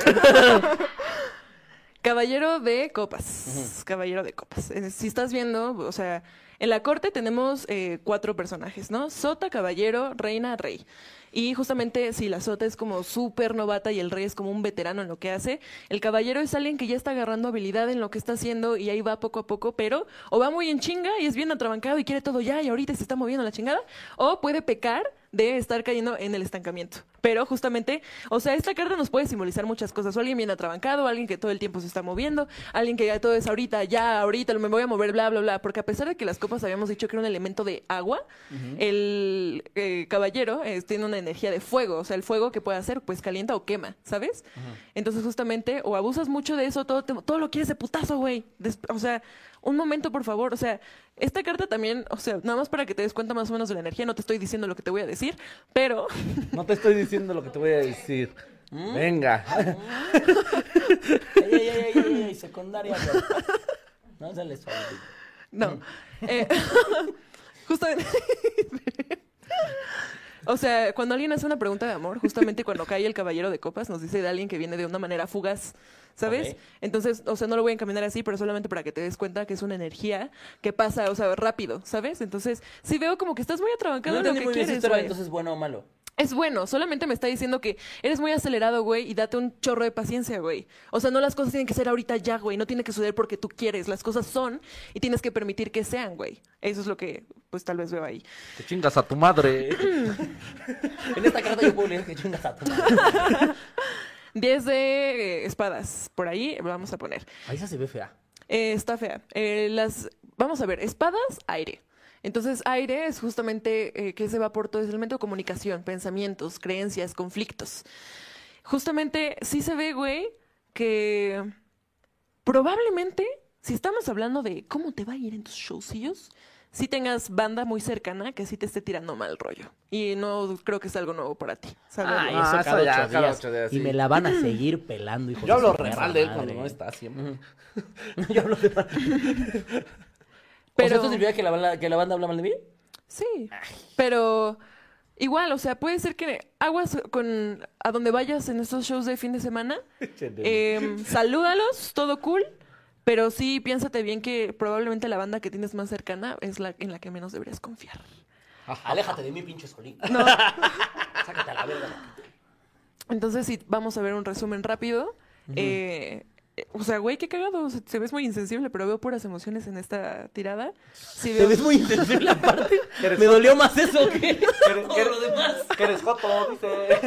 Caballero de copas. Caballero de copas. Eh, Si estás viendo, o sea, en la corte tenemos eh, cuatro personajes, ¿no? Sota, caballero, reina, rey. Y justamente si la sota es como súper novata y el rey es como un veterano en lo que hace, el caballero es alguien que ya está agarrando habilidad en lo que está haciendo y ahí va poco a poco, pero o va muy en chinga y es bien atrabancado y quiere todo ya y ahorita se está moviendo la chingada, o puede pecar de estar cayendo en el estancamiento. Pero justamente, o sea, esta carta nos puede simbolizar muchas cosas. O alguien bien atrabancado, alguien que todo el tiempo se está moviendo, alguien que ya todo es ahorita, ya, ahorita, me voy a mover, bla, bla, bla. Porque a pesar de que las copas habíamos dicho que era un elemento de agua, el eh, caballero eh, tiene una energía de fuego. O sea, el fuego que puede hacer, pues calienta o quema, ¿sabes? Entonces, justamente, o abusas mucho de eso, todo, te- todo lo quieres de putazo, güey. Des- O sea, un momento, por favor. O sea, esta carta también, o sea, nada más para que te des cuenta más o menos de la energía, no te estoy diciendo lo que te voy a decir, pero *laughs*
No te estoy diciendo lo que te voy a decir.
¿Mm?
Venga.
*laughs* Ey, ey, ey, ey, ey, secundaria, bro. No se les olvide.
no. Eh, *laughs* justamente. O sea, cuando alguien hace una pregunta de amor, justamente cuando cae el caballero de copas, nos dice de alguien que viene de una manera fugaz, ¿sabes?
Ok.
Entonces, o sea, no lo voy a encaminar así, pero solamente para que te des cuenta que es una energía que pasa, o sea, rápido, ¿sabes? Entonces, sí veo como que estás muy
No
atrabancado en lo
entendí
que
muy bien si
quieres.
esto era
güey.
entonces bueno o malo.
Es bueno, solamente me está diciendo que eres muy acelerado, güey, y date un chorro de paciencia, güey. O sea, no las cosas tienen que ser ahorita ya, güey, no tiene que suceder porque tú quieres, las cosas son y tienes que permitir que sean, güey. Eso es lo que, pues tal vez veo ahí.
Te chingas a tu madre.
En esta carta yo puedo leer que chingas a tu madre.
10 de eh, espadas, por ahí vamos a poner.
Ahí esa se ve fea.
Eh, está fea. Eh, las, vamos a ver, espadas, aire. Entonces, aire es justamente eh, que se va por todo ese elemento de comunicación, pensamientos, creencias, conflictos. Justamente, sí se ve, güey, que probablemente, si estamos hablando de cómo te va a ir en tus showcillos, si tengas banda muy cercana que sí te esté tirando mal rollo. Y no creo que es algo nuevo para ti. saberlo.
Ah, eso ya, cada ocho días,
Y
sí.
me la van *clears throat* a seguir pelando, hijo
Yo
de su
hablo re
perra
mal de él
madre.
cuando no está siempre.
*laughs* Yo hablo re mal. Pero...
Pero-
¿O sea, ¿esto significa que la, bala- que la banda habla mal de mí?
Sí, pero igual, o sea, puede ser que aguas con a donde vayas en estos shows de fin
*laughs*
de semana, eh, salúdalos, todo cool, pero sí piénsate bien que probablemente la banda que tienes más cercana es la en la que menos deberías confiar.
Aléjate de mí, pinche solín.
No.
*laughs* Sácate a la verga.
Entonces, sí, vamos a ver un resumen rápido. Eh, eh, o sea, güey, qué cagado. Se, se ves muy insensible, pero veo puras emociones en esta tirada. Sí,
Te
veo-
ves muy intensible la *laughs* parte.
Eres
Me dolió más eso *laughs* que
eres-
todo lo demás.
Que eres joto, dice.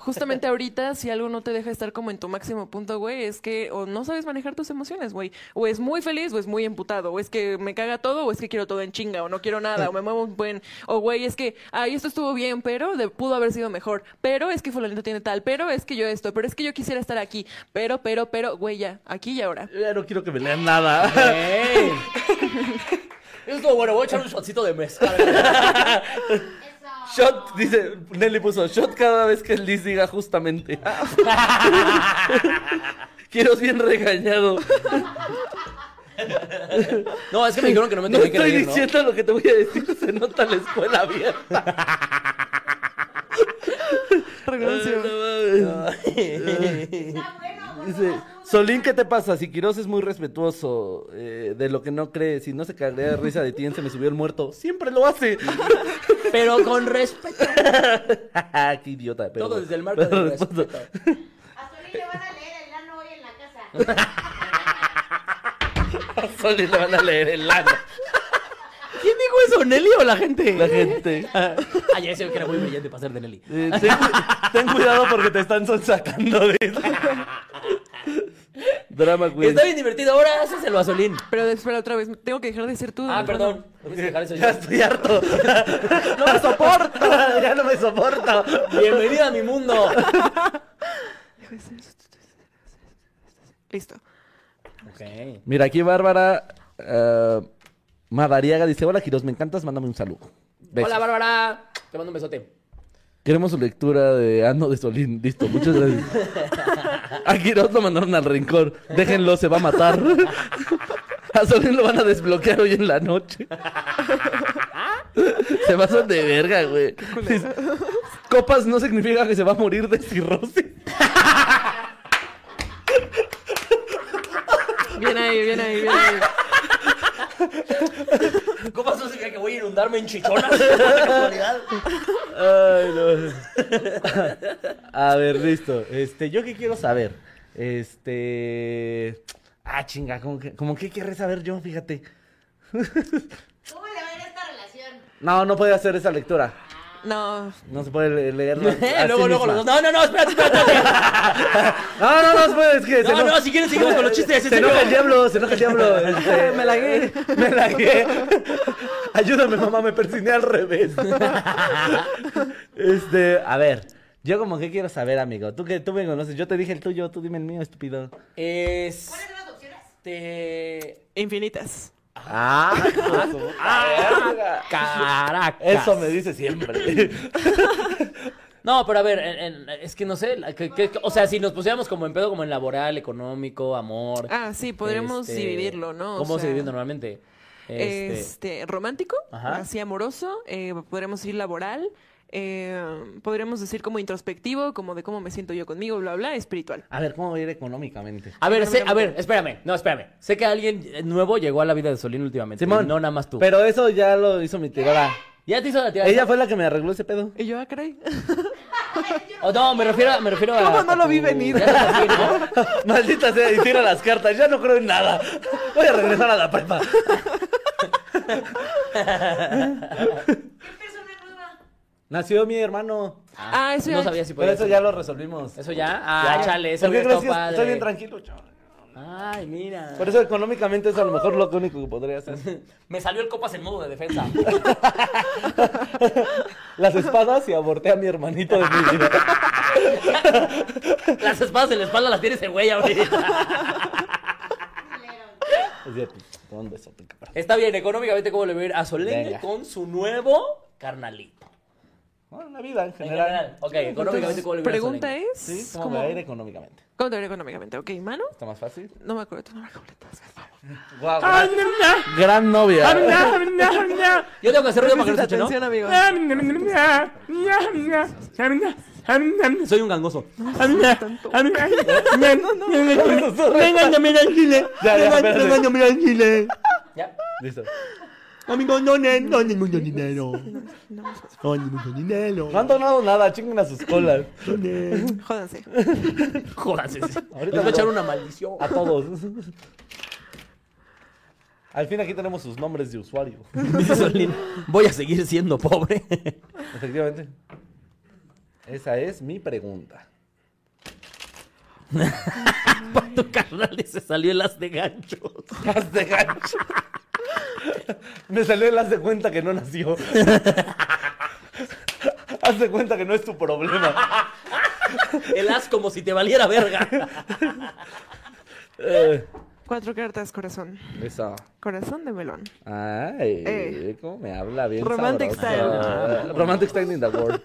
Justamente ahorita, si algo no te deja estar como en tu máximo punto, güey, es que o no sabes manejar tus emociones, güey. O es muy feliz o es muy emputado. O es que me caga todo o es que quiero todo en chinga o no quiero nada o me muevo un buen. O, güey, es que, ay, esto estuvo bien, pero de- pudo haber sido mejor. Pero es que fulanito tiene tal. Pero es que yo esto. Pero es que yo quisiera estar aquí. Pero, pero, pero, güey, ya. Aquí y ahora. *laughs*
Ya no quiero que me lean nada.
*laughs* Eh. Ey. Eso es todo bueno, voy a echar un shotcito de *laughs* mezcal.
Eso.
*laughs* Shot, dice, Nelly puso shot cada vez que Liz diga justamente. *laughs* Quiero bien regañado.
No, es que me dijeron que no me
No
tenía que
estoy
reír, ¿no?
diciendo lo que te voy a decir, se nota la escuela abierta.
Eh,
Renuncio.
Está bueno, bueno,
Dice,
vas tú,
Solín, ¿qué te pasa? Si Quiroz es muy respetuoso eh, de lo que no cree, si no se caería de risa de ti, en se me subió el muerto. Siempre lo hace.
*laughs*
*laughs*
Pero con respeto.
Qué idiota. Pero,
Todo desde el marco del respeto.
A Solín le van a leer el ano hoy en la casa.
A *laughs* Solín le van a leer el lano.
¿Quién dijo eso, Nelly o la gente?
La gente.
Ay, ese que era muy brillante para ser de Nelly.
Eh, ten, ten cuidado porque te están sacando de Drama Queen.
Está bien divertido, ahora háceselo a Solín.
Pero espera otra vez, tengo que dejar de ser tú.
Ah,
¿no?
perdón. Tienes que dejar eso
Ya
ya.
estoy
*laughs*
harto. no me soporto. *laughs* ya no me soporto.
*laughs* Bienvenido a mi mundo.
Listo.
Ok.
Mira, aquí Bárbara eh, Madariaga dice, hola Giros, me encantas, mándame un saludo. Besos.
Hola, Bárbara. Te mando un besote.
Queremos su lectura de Ano de Solín. Listo,
*laughs*
muchas gracias. A Quiroz lo mandaron al rincón. Déjenlo, se va a matar. A Solín lo van a desbloquear hoy en la noche. Se pasan de verga, güey. Copas no significa que se va a morir de cirrosis.
Bien ahí, bien ahí, bien ahí.
¿Cómo eso significa que voy a inundarme en chichonas? ¿Casualidad?
Ay, no. A ver, listo. Este, yo qué quiero saber. Este. Ah, chinga, ¿cómo que, cómo que querré saber yo? Fíjate.
¿Cómo le va a ir a esta relación?
No, no puede hacer esa lectura.
No,
No se puede le- leerlo. a
*laughs* luego,
sí
luego los
misma.
dos. No, no, no, espérate, espérate.
No, no, no, se puede, es que se
No,
eno-
no, si quieres seguimos con *laughs* los chistes.
se enoja el diablo, se enoja el *laughs* diablo. este,
me lagué.
Me lagué. Ayúdame, mamá, me persiné al *laughs* revés. Este, a ver. Yo como que quiero saber, amigo. Tú que tú me conoces, yo te dije el tuyo, tú dime el mío, estúpido.
Es.
¿Cuáles son las opciones?
Este.
Infinitas.
Ah,
Ah, Caracas.
eso me dice *laughs* siempre.
No, pero a ver, en- en- es que no sé. la- que- que- o sea, si nos pusiéramos como en pedo, como en laboral, económico, amor.
Ah, sí, podremos
este,
dividirlo, ¿no? O
¿Cómo se
sea,
divide normalmente? Este,
Este, romántico,
Ajá.
así amoroso, eh, podremos ir laboral, eh, podremos decir como introspectivo, como de cómo me siento yo conmigo, bla, bla, espiritual.
A ver, ¿cómo voy a ir económicamente?
A ver, sé- a ver, espérame. No, espérame. Sé que alguien eh, nuevo llegó a la vida de Solín últimamente.
Simón.
No, nada más tú. Ah,
Pero eso ya lo hizo mi tirada.
Ya te hizo la tía.
Ella fue la que me arregló ese pedo.
Y yo, ah, caray.
Oh, no, me refiero, a- me refiero a.
¿Cómo no
a
lo
tu-
vi venir?
Ya estás así, ¿no?
*laughs* *laughs* Maldita sea, y tira las cartas, ya no creo en nada. Voy a regresar a la prepa.
¿Qué persona nueva?
Nació mi hermano.
Ah,
Ah, eso
No
ya-
sabía si
Pero
podía.
eso
ser.
ya lo resolvimos.
Eso ya. Ah, chale, eso
¿Por qué
hubiera
crees
estado
que es- estoy
padre.
bien tranquilo, chaval?
Ay, mira.
Por eso económicamente es a lo mejor lo único que podría hacer.
*laughs* Me salió el copas en modo de defensa. *laughs*
Las espadas y aborté a mi hermanito de mi vida.
las espadas en la espalda las tiene ese güey
*laughs*
ahorita.
Culero.
Es cierto, ¿dónde eso pica?
Está bien, económicamente, ¿cómo le voy a ir a Solene
Venga.
con su nuevo carnalito?
Bueno, la vida en
En
general.
general. Ok, económicamente,
Entonces,
¿cómo le voy a ir a
pregunta ¿eh?
Solene?
es,
Sí, como
¿cómo,
de aire económicamente.
¿cómo te va a ir económicamente? Ok, mano,
¿Está más fácil?
no me acuerdo tu nombre completo.
Guau, gran, gran novia.
Yo tengo que hacer ruido para que
Presten
no Ah. se escuche,
atención, amigos.
¿no? Soy un gangoso.
Ya, ya, espérate.
*laughs* ¿Ya?
Listo.
Amigo, no, ne- no, ni mucho dinero. No, ni mucho dinero.
No han donado nada, chinguen a sus colas.
Jódanse.
Jódanse. Les voy
Ahorita
a
lo-
echar una maldición.
A todos. Al fin aquí tenemos sus nombres de usuario.
Dice Solín, Voy a seguir siendo pobre.
Efectivamente. Esa es mi pregunta. *laughs*
Para tu carnal y se salió el as de ganchos.
Las de gancho. Me salió el haz de cuenta que no nació. *laughs* haz de cuenta que no es tu problema.
El as como si te valiera verga.
Eh,
Cuatro cartas, corazón.
eso.
Corazón de melón.
Ay,
Eh.
cómo me habla bien.
Romantic
sabroso.
style.
Ah, Romantic style in the world.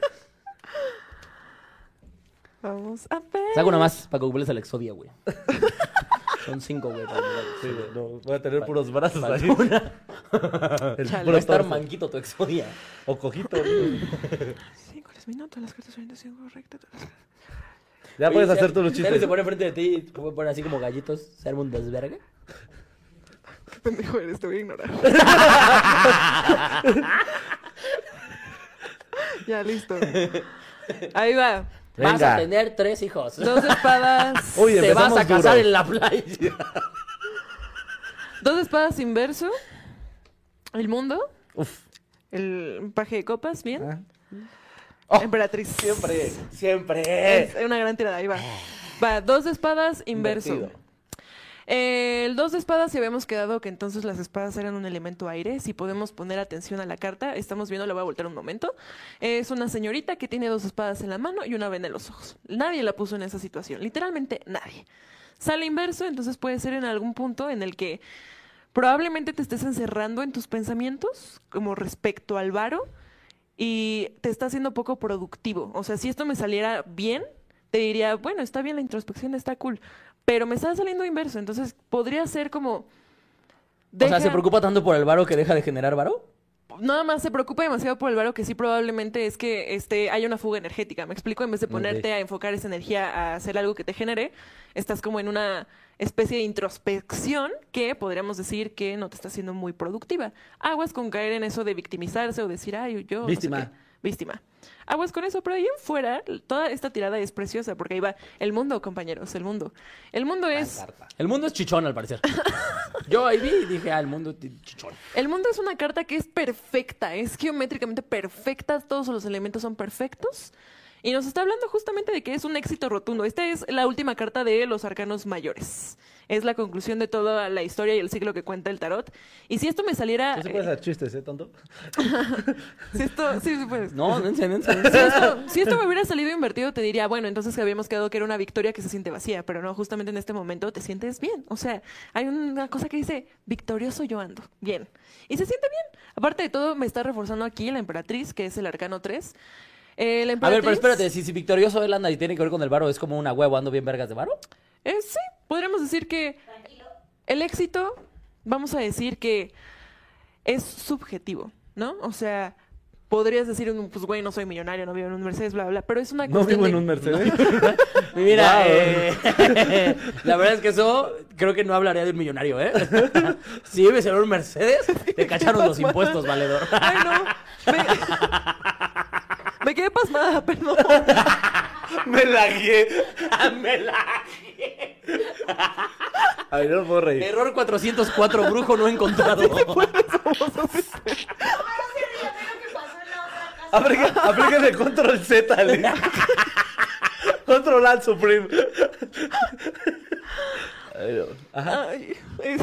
Vamos a ver.
Saco una más para que cumples el exodia, güey. Son cinco, güey. para cumplir el exodia.
Sí, no, voy a tener puros brazos ahí. *laughs* El
Va
Chale.
a
puro
estar
torso.
manquito tu exodia.
O cojito.
Sí, ¿cuál es mi nota? Las cartas son orientación correcta. todas las cartas.
Ya puedes
Oye,
hacer todos los
Terry
chistes.
se
*laughs*
pone frente de ti y te pone así como gallitos. Se arma un desvergue.
Qué *laughs* pendejo eres, te voy a ignorar. *laughs* ya, listo. *laughs* Ahí va.
Vas a
Venga.
tener tres hijos.
Dos espadas.
Uy,
te vas
empezamos
a casar
duro.
en la *laughs* playa.
Dos espadas sin verso. El mundo.
Uf.
El paje de copas, bien.
Ah. Oh.
Emperatriz.
Siempre, siempre.
Es una gran tirada, ahí va. Va, dos de espadas, inverso.
Invertido.
Eh, El dos de espadas, si habíamos quedado que entonces las espadas eran un elemento aire, si podemos poner atención a la carta, estamos viendo, la voy a voltear un momento. Es una señorita que tiene dos espadas en la mano y una venda en los ojos. Nadie la puso en esa situación, literalmente nadie. Sale inverso, entonces puede ser en algún punto en el que probablemente te estés encerrando en tus pensamientos, como respecto al varo, y te está haciendo poco productivo. O sea, si esto me saliera bien, te diría, bueno, está bien, la introspección está cool, pero me está saliendo inverso, entonces podría ser como...
O sea, ¿se
deja-
preocupa tanto por el varo que deja de generar varo?
nada más se preocupa demasiado por el varo que sí probablemente es que este hay una fuga energética. Me explico, en vez de ponerte a enfocar esa energía a hacer algo que te genere, estás como en una especie de introspección que podríamos decir que no te está siendo muy productiva. Aguas con caer en eso de victimizarse o decir, ay, yo. no sé
Víctima.
qué". Víctima. Aguas con eso, pero ahí en fuera, toda esta tirada es preciosa, porque ahí va el mundo, compañeros, el mundo. El mundo es.
El mundo es chichón, al parecer. Yo ahí vi y dije, ah, el mundo es chichón.
El mundo es una carta que es perfecta, es geométricamente perfecta, todos los elementos son perfectos. Y nos está hablando justamente de que es un éxito rotundo. Esta es la última carta de los arcanos mayores. Es la conclusión de toda la historia y el ciclo que cuenta el tarot. Y si esto me saliera.
No se puede
eh,
hacer chistes, ¿eh, tonto?
si esto. sí, sí puedes.
No, dense, dense.
*laughs*
Si esto, si esto me hubiera salido invertido, te diría, bueno, entonces que habíamos quedado que era una victoria que se siente vacía, pero no, justamente en este momento te sientes bien. O sea, hay una cosa que dice, victorioso yo ando, bien. Y se siente bien. Aparte de todo, me está reforzando aquí la emperatriz, que es el arcano 3. Eh, la
A ver,
emperatriz,
pero espérate, si, si victorioso él anda y tiene que ver con el varo, es como una huevo, ando bien vergas de varo.
eh, sí, podríamos decir que
Tranquilo.
el éxito, vamos a decir que es subjetivo, ¿no? O sea... Podrías decir, pues, güey, no soy millonario, no vivo en un Mercedes, bla, bla, bla, pero es una
No
cuestión
vivo en
de-
un Mercedes. *laughs*
Mira,
Wow.
eh, *laughs* la verdad es que eso creo que no hablaría de un millonario, ¿eh? *laughs* si vives en un Mercedes, te cacharon los impuestos, valedor.
Ay, no. Me, me quedé pasmada, perdón.
Me lagué.
Me la-
A ver, yo no puedo reír.
Error 404, brujo no encontrado.
No, no se ría de lo que pasó en la otra
*laughs*
casa.
Aplica, aplícale control Z, Ale. control Alt Supreme. Ay, no. Ajá.
Ay, es-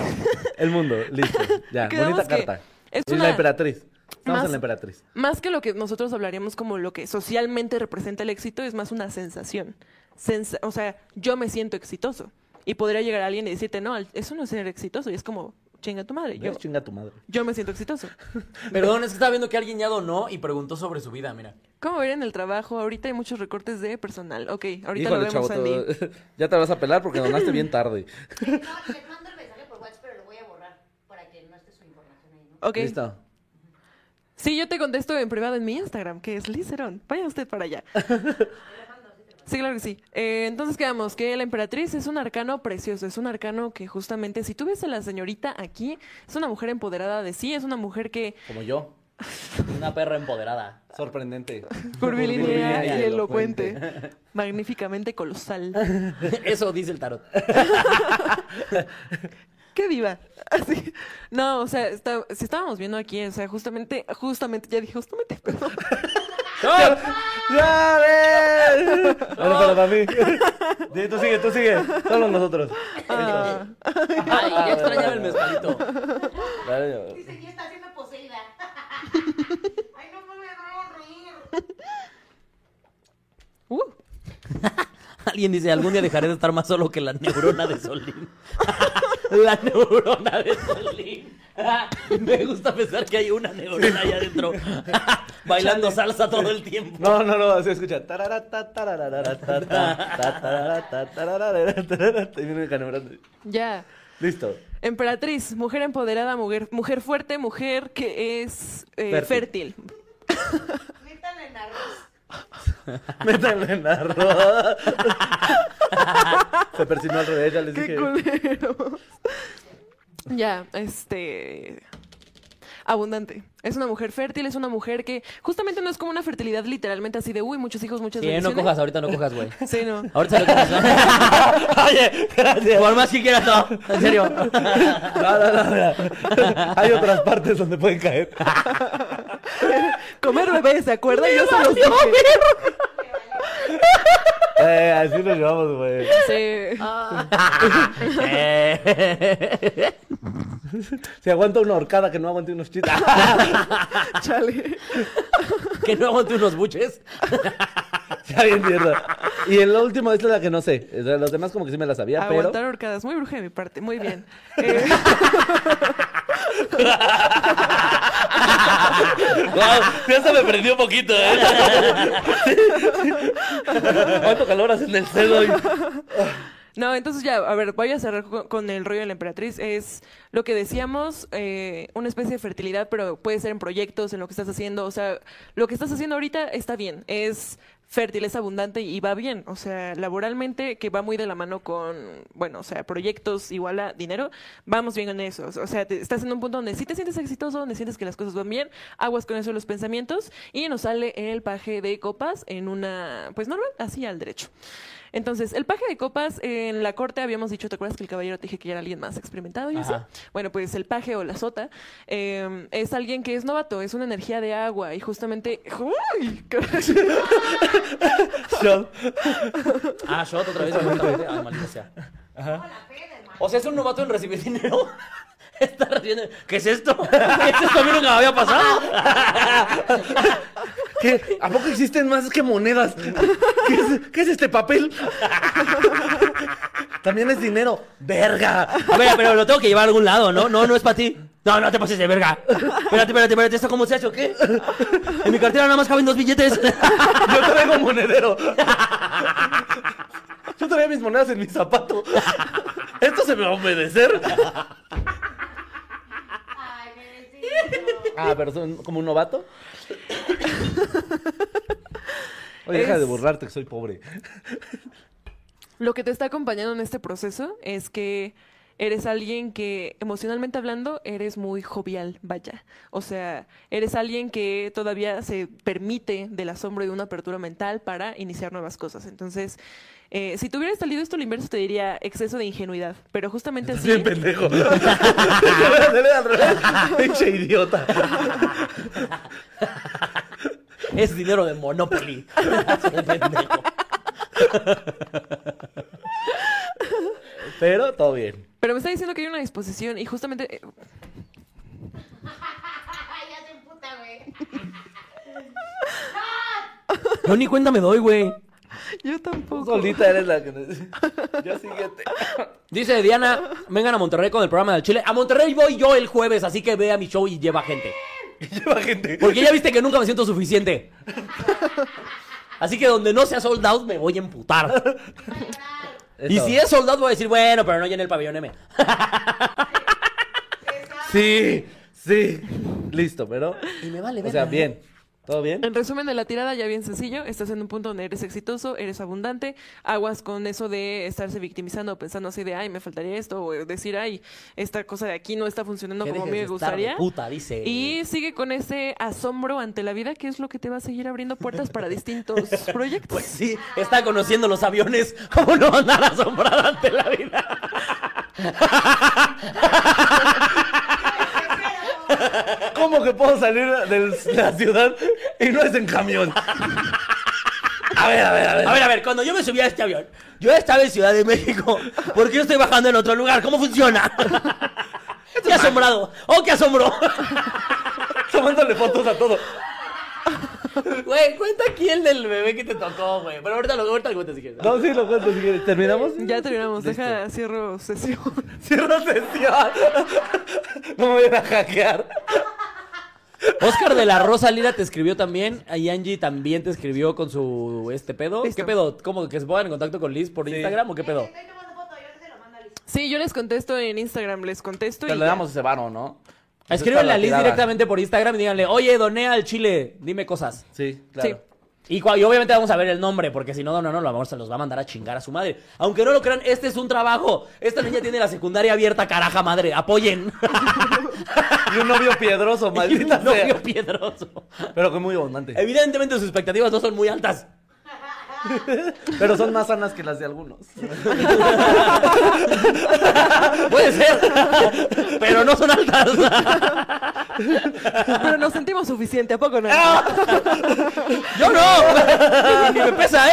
El mundo, listo.
*laughs*
Ya,
Quedamos
bonita
que
carta.
es
Y
una-
la emperatriz. Estamos
más-
en la emperatriz.
Más que lo que nosotros hablaríamos como lo que socialmente representa el éxito, es más una sensación. Sensa- o sea, yo me siento exitoso. Y podría llegar alguien y decirte, no, eso no es ser exitoso. Y es como, chinga tu madre, yo,
Yo chinga tu madre.
yo me siento exitoso.
Perdón, es que estaba viendo que alguien ya donó y preguntó sobre su vida, mira.
¿Cómo ver en el trabajo? Ahorita hay muchos recortes de personal. Ok, ahorita lo
Híjole,
vemos,
chavo,
Andy.
todo- *laughs* ya te vas a pelar porque donaste bien tarde.
Eh, No, les mando el mensaje por WhatsApp, pero lo voy a borrar para que no esté su información ahí, ¿no?
Ok.
Listo.
Sí, yo te contesto en privado en mi Instagram, que es Licerón. Vaya usted para allá. Sí, claro que sí. Eh, entonces quedamos que la emperatriz es un arcano precioso, es un arcano que justamente, si tú ves a la señorita aquí, es una mujer empoderada de sí, es una mujer que
Como yo. Una perra empoderada.
Sorprendente.
curvilínea y
y
elocuente,
elocuente.
*laughs* magníficamente colosal.
*laughs* Eso dice el tarot.
¡Qué diva! *laughs* Así. No, o sea, está- si estábamos viendo aquí, o sea, justamente, justamente, ya dije justamente, *laughs* perdón.
¡Ya ves! Bueno, pero para
*laughs*
mí. Sí, tú sigue, tú sigue. Solo nosotros.
Ah.
Ay, ya extrañaba el mezcalito.
Vale.
Dice, ya está siendo poseída. *laughs* Ay, no me voy a reír.
Uh.
Alguien dice, algún día dejaré de estar más solo que la neurona de Solín. *laughs* la neurona de Solín. *laughs* Me gusta pensar que hay una neurona allá adentro. *laughs* Bailando salsa todo el tiempo.
No, no, no, así escucha. Tararata, tararara, ta, ta, tararata, tararara, tararara. Y viene el canebrante.
Ya.
Listo. *laughs*
Emperatriz, mujer empoderada, mujer, mujer fuerte, mujer que es eh, fértil.
Fértil.
Métanle en arroz.
Métanle en arroz. Se persinó al revés, ya les
Qué
dije.
culero. *laughs* ya, este. Abundante. Es una mujer fértil, es una mujer que justamente no es como una fertilidad literalmente así de uy, muchos hijos, muchas
Sí, no
bendiciones.
cojas, ahorita no cojas, güey.
*laughs* Sí,
*laughs*
no.
Ahorita no cojas. ¿no? *laughs* Oye, gracias. Por más que quieras, no. En serio.
No, no, no, no. Hay otras partes donde pueden caer.
Comer bebés, ¿se acuerdan? Yo se los dije.
Eh, así nos llevamos, güey.
Sí.
*laughs* Eh. *laughs*
Si aguanta una horcada que no aguante unos chistes. *laughs*
Chale.
que no aguante unos buches.
Ya bien mierda. Y el último es la que no sé. O sea, los demás como que sí me la sabía, pero.
Aguantar horcadas. Muy bruja de mi parte.
*laughs*
Muy bien. Eh,
ya se me prendió un poquito, ¿eh? ¿Cuánto calor hace en el cedo?
No, entonces ya, a ver, voy a cerrar co- con el rollo de la emperatriz. Es lo que decíamos, eh, una especie de fertilidad, pero puede ser en proyectos, en lo que estás haciendo. O sea, lo que estás haciendo ahorita está bien, es fértil, es abundante y va bien. O sea, laboralmente, que va muy de la mano con, bueno, o sea, proyectos igual a dinero, vamos bien en eso. O sea, te- estás en un punto donde sí te sientes exitoso, donde sientes que las cosas van bien, aguas con eso los pensamientos y nos sale el paje de copas en una, pues normal, así al derecho. Entonces, el paje de copas en la corte habíamos dicho, ¿te acuerdas que el caballero te dije que ya era alguien más experimentado y así?
Ajá.
Bueno, pues el paje o la sota eh, es alguien que es novato, es una energía de agua y justamente... ¡Uy!
*laughs*
*laughs*
Yo-
Ah, shot otra vez. completamente. Ay, maldita sea. ¿Ah?
Como la peda, hermano.
O sea, es un novato en recibir dinero. *laughs* Está recibiendo. ¿Qué es esto? ¿Esto también nunca me había pasado?
¿Qué? ¿A poco existen más que monedas? ¿Qué es, qué es este papel? *laughs* También es dinero. ¡Verga!
A ver, pero lo tengo que llevar a algún lado, ¿no? No, no es para ti. No, no te pases de verga. Espérate, espérate, espérate. ¿Esto cómo se ha hecho? ¿Qué? En mi cartera nada más caben dos billetes. *laughs*
*laughs* Yo traigo monedero. Yo traía mis monedas en mi zapato. ¿Esto se me va a obedecer?
Ay, bebecito.
Ah, pero son como un novato. Oye, deja
Es-
de burlarte que soy pobre.
Lo que te está acompañando en este proceso es que eres alguien que, emocionalmente hablando, eres muy jovial, vaya. O sea, eres alguien que todavía se permite del asombro y de una apertura mental para iniciar nuevas cosas. Entonces, eh, si tuvieras salido esto lo inverso, te diría exceso de ingenuidad. Pero justamente así.
Bien *laughs* pendejo. Te voy a hacer al revés. Pinche idiota.
Es dinero de Monopoly. *laughs* Soy pendejo.
Pero todo bien.
Pero me está diciendo que hay una disposición y justamente. eh,
*laughs* Ay, ya se emputa, güey.
Yo ni cuenta me doy, güey.
yo
Tú
tampoco.
solita eres la que. Ya síguete.
Dice Diana, vengan a Monterrey con el programa del Chile. A Monterrey voy yo el jueves, así que ve a mi show y lleva gente.
Lleva gente.
Porque ya viste que nunca me siento suficiente. Así que donde no sea sold out me voy a emputar. Y
Eso.
si es sold out voy a decir, bueno, pero no llené el pabellón M.
Sí, sí. Listo, pero.
Y me vale
O sea,
verga,
bien. ¿Todo bien?
En resumen de la tirada, ya bien sencillo, estás en un punto donde eres exitoso, eres abundante, aguas con eso de estarse victimizando, pensando así de, ay, me faltaría esto, o decir, ay, esta cosa de aquí no está funcionando
Que
como a mí
dejes
me
de estar de
gustaría.
Puta, dice.
Y sigue con ese asombro ante la vida, que es lo que te va a seguir abriendo puertas para distintos
*laughs*
proyectos.
Pues sí, está conociendo los aviones. ¿Cómo no andar asombrada ante la vida?
¿Cómo que puedo salir de la ciudad y no es en camión? A ver, a ver, a ver.
A ver, a ver, cuando yo me subí a este avión, yo estaba en Ciudad de México. ¿Por qué yo estoy bajando en otro lugar? ¿Cómo funciona? ¡Qué asombrado! ¡Oh, qué asombro!
Tomándole fotos a todo.
Güey, cuenta aquí el del bebé que te tocó, güey. Pero ahorita lo, ahorita lo cuentas si quieres.
No, sí, lo cuento si quieres. ¿Terminamos?
Ya terminamos, deja, cierro sesión.
Cierro sesión. No me vayan a hackear.
Oscar de la Rosa Lira te escribió también. Y Angie también te escribió con su este pedo.
Listo.
¿Qué pedo? ¿Cómo que se pongan en contacto con Liz por
Sí.
Instagram o qué pedo?
Estoy tomando foto, yo se lo Este, mando a Liz.
Sí, yo les contesto en Instagram, les contesto
Te
y
le
ya.
damos ese varo, ¿no?
Escríbanle a Liz
Esa es para la tirada.
directamente por Instagram y díganle, oye, doné al Chile, dime cosas.
Sí, claro.
Y, cua- y obviamente vamos a ver el nombre, porque si no, no, no, no, lo mejor se los va a mandar a chingar a su madre. Aunque no lo crean, este es un trabajo. Esta niña tiene la secundaria abierta, caraja madre. Apoyen.
Y un novio
*laughs*
piedroso, maldita
No,
sea.
qué piedroso.
Pero que muy abundante.
Evidentemente sus expectativas no son muy
*laughs*
altas.
Pero son más sanas que las de algunos.
Puede ser. Pero no son altas.
Pero nos sentimos suficiente, ¿a poco no?
*laughs* Ah. Yo no. Ni me pesa, ¿eh?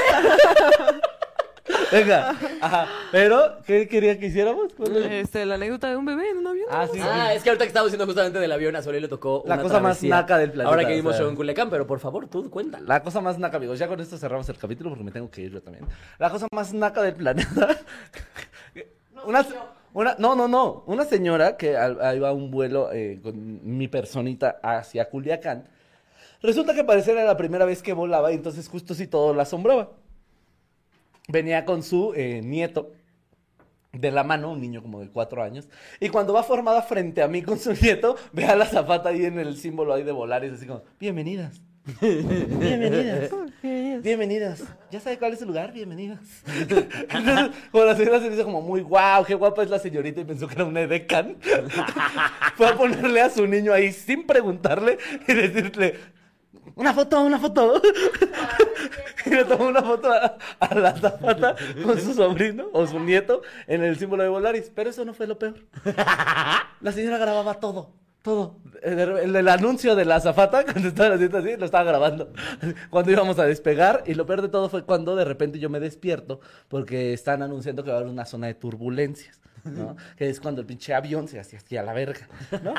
Venga. Ajá. Pero, ¿qué quería que hiciéramos? ¿Cuál era?
Este, la anécdota de un bebé en un avión.
Ah, sí.
Ah, es que ahorita que estamos diciendo justamente del avión, a Solé le tocó
La
una
cosa más
travesía.
naca del planeta,
Ahora que
o
vimos
sea.
show en Culiacán, pero por favor, tú cuéntala.
La cosa más naca, amigos, ya con esto cerramos el capítulo porque me tengo que ir yo también. La cosa más naca del planeta. *laughs* una, una- no, no, no. Una señora que al- ahí va un vuelo eh, con mi personita hacia Culiacán. Resulta que parecía era la primera vez que volaba y entonces justo si todo la asombraba. Venía con su eh, nieto, de la mano, un niño como de cuatro años, y cuando va formada frente a mí con su *laughs* nieto, ve a la zapata ahí en el símbolo ahí de volar y es así como, bienvenidas. Bienvenidas. Bienvenidas. Ya sabe cuál es el lugar, bienvenidas. *laughs* Entonces, como la señora se dice como muy guau, qué guapa es la señorita y pensó que era una edecan. *laughs* Fue a ponerle a su niño ahí sin preguntarle y decirle, una foto, una foto. *laughs* Y le tomó una foto a, a la zapata con su sobrino o su nieto en el símbolo de Volaris. Pero eso no fue lo peor. La señora grababa todo. Todo. El, el- el anuncio de la zafata, *laughs* cuando estaba haciendo así, lo estaba grabando. *laughs* Cuando íbamos a despegar. Y lo peor de todo fue cuando de repente yo me despierto porque están anunciando que va a haber una zona de turbulencias. ¿no? Que es cuando el pinche avión se hacía así a la verga. *laughs* ¿no?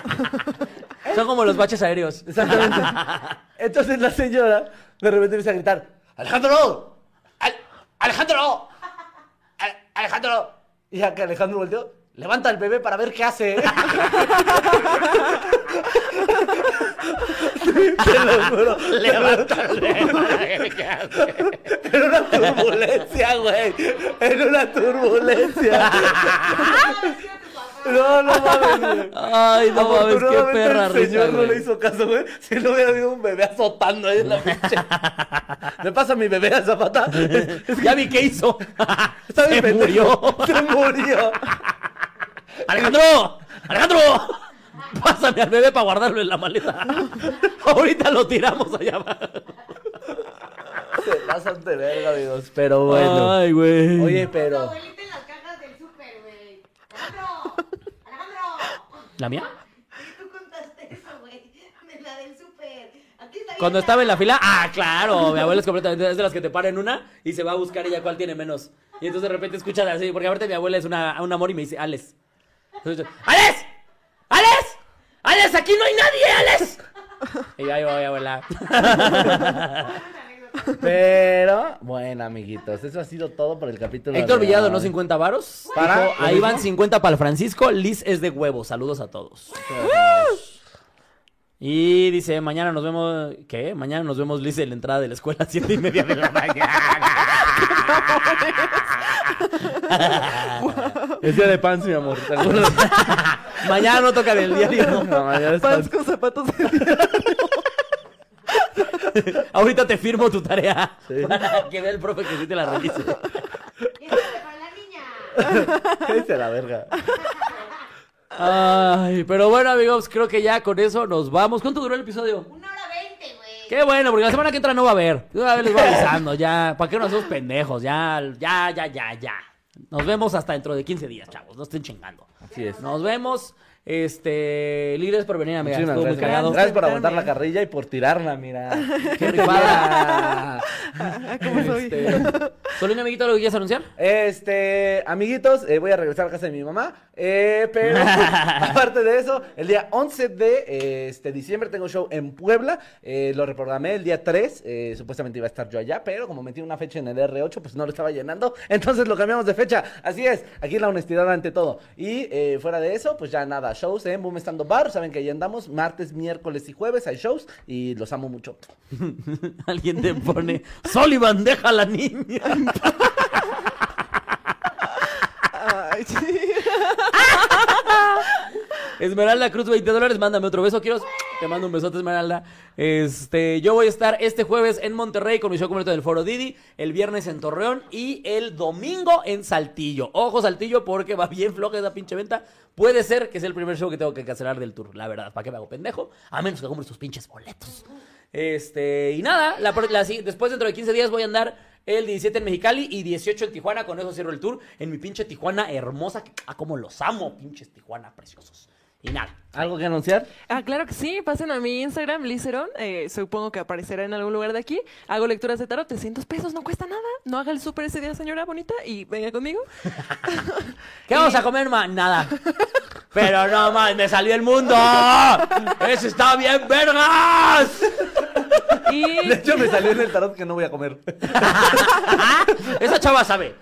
Eh.
Son como los baches
*laughs*
aéreos.
Exactamente. Entonces la señora de repente empieza a gritar: ¡Alejandro! ¡Al- ¡Alejandro! ¡Al- ¡Alejandro! Y ya que Alejandro volteó, levanta al bebé para ver qué hace. *laughs* Te lo juro. Era *laughs* una turbulencia, güey. Era una turbulencia. No, no mames,
*laughs*
güey.
Ay, no mames, Ah, qué
Afortunadamente,
perra
el
risa,
señor no
güey.
le hizo caso, güey. Si no hubiera habido un bebé azotando ahí en la
*laughs*
pinche. Me pasa mi bebé a Zapata.
Ya vi qué hizo.
*laughs* Está
Se
bien pendejo.
murió.
*laughs* Se murió.
¡Alejandro! ¡Alejandro! Pásame al bebé para guardarlo en la maleta. Ahorita lo tiramos allá abajo.
Se pasan de verga, amigos. Pero bueno.
Ay, güey.
Oye,
Tu
pero.
abuelita en las cajas del súper, güey. ¡Alejandro! ¡Alejandro!
¿La mía?
Sí, tú contaste eso, güey. De la del súper. Aquí está
Cuando
abierta.
estaba en la fila, ah, claro, mi abuela es completamente, es de las que te paran una y se va a buscar ella cuál tiene menos. Y entonces de repente escuchas así, porque ahorita mi abuela es una, un amor y me dice, Alex. Entonces yo, ¡Alex! ¡Alex! ¡Alex, aquí no hay nadie, Alex! Y yo, ahí voy, abuela.
Pero. Bueno, amiguitos. Eso ha sido todo por el capítulo.
Héctor
de
Villado,
hoy.
no
*laughs*
50 varos.
Para,
Dijo,
¿lo
ahí
mismo?
van 50 para el Francisco. Liz es de huevo. Saludos a todos. Y dice, mañana nos vemos... ¿Qué? Mañana nos vemos, Liz, en la entrada de la escuela *laughs* a 7 y media de la
Es día de pants, mi amor.
*laughs*
¿Te acuerdas?
Mañana no toca del
*laughs*
diario. *laughs*
No, mañana es pants.
Pants con zapatos.
Ahorita te firmo tu tarea.
Sí.
*laughs* Para que vea el profe que sí te la revise.
Y estaba con la niña.
¿Qué dice la verga?
Ay, pero bueno, amigos, creo que ya con eso nos vamos. ¿Cuánto duró el episodio?
Una hora veinte, güey.
Qué bueno, porque la semana que entra no va a haber. Yo una vez les voy avisando, ya. ¿Para qué no somos pendejos? Ya, ya, ya, ya, ya. Nos vemos hasta dentro de 15 días, chavos. No estén chingando.
Así es.
Nos vemos. Este, líderes por venir, amiga.
Muchísimas
Estuvo muy
gracias.
cagado.
Gracias por
Sentarme.
aguantar la carrilla y por tirarla, mira.
Qué
*laughs*
rifada.
Ah, ¿Cómo soy?
Este, Solín, amiguito, ¿algo que quieres anunciar?
Este, amiguitos, eh, voy a regresar a casa de mi mamá. eh, pero *laughs* aparte de eso, el día 11 de eh, este, diciembre tengo show en Puebla. eh, lo reprogramé el día 3. eh, supuestamente iba a estar yo allá, pero como metí una fecha en el R8, pues no lo estaba llenando. *laughs* Entonces lo cambiamos de fecha. Así es, aquí la honestidad ante todo. Y eh, fuera de eso, pues ya nada, shows en Boom Estando Bar. Saben que ahí andamos martes, miércoles y jueves. Hay shows y los amo mucho.
*laughs* Alguien te pone, Sullivan, deja a la niña.
Ay, sí.
Esmeralda Cruz, 20 dólares, mándame otro beso, quiero. Te mando un besote, Esmeralda. Este, yo voy a estar este jueves en Monterrey con mi show completo del Foro Didi, el viernes en Torreón y el domingo en Saltillo. Ojo, Saltillo, porque va bien floja esa pinche venta. Puede ser que sea el primer show que tengo que cancelar del tour, la verdad. ¿Para qué me hago pendejo? A menos que compre sus pinches boletos. Este, y nada, la pro- la si- después dentro de 15 días voy a andar el 17 en Mexicali y 18 en Tijuana. Con eso cierro el tour en mi pinche Tijuana hermosa. que- Ah, como los amo, pinches Tijuana preciosos. Y nada.
¿Algo que anunciar?
Ah, claro que sí. Pasen a mi Instagram, Licerón. eh, supongo que aparecerá en algún lugar de aquí. Hago lecturas de tarot, 300 pesos, no cuesta nada. No haga el súper ese día, señora bonita, y venga
*laughs*
conmigo.
¿Qué vamos a comer, ma? *laughs* Nada. Pero no más, me salió el mundo. ¡Eso está bien, vergas!
*laughs*
Y
De hecho, me salió en el tarot que no voy a
*laughs*
comer.
Esa chava
*laughs*
sabe.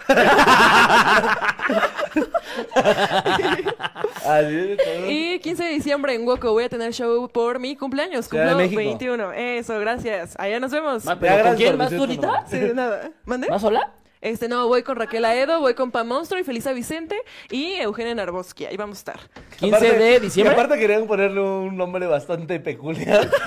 Así es, todo.
Y 15 de diciembre en Hueco voy a tener show por mi cumpleaños,
Ciudad de
cumplo
México.
21. Eso, gracias. Allá nos vemos.
Ma,
Ya,
¿Pero con
gracias
quién
por
vas tú
decirte,
ahorita?
Sí, de nada. ¿Mande?
¿Vas sola?
Este, no, voy con Raquel Aedo, voy con Pam Monstro y Felisa Vicente y Eugenia Narbosky. Ahí vamos a estar.
15
Aparte-
de diciembre.
Y aparte querían ponerle un nombre bastante peculiar. *laughs*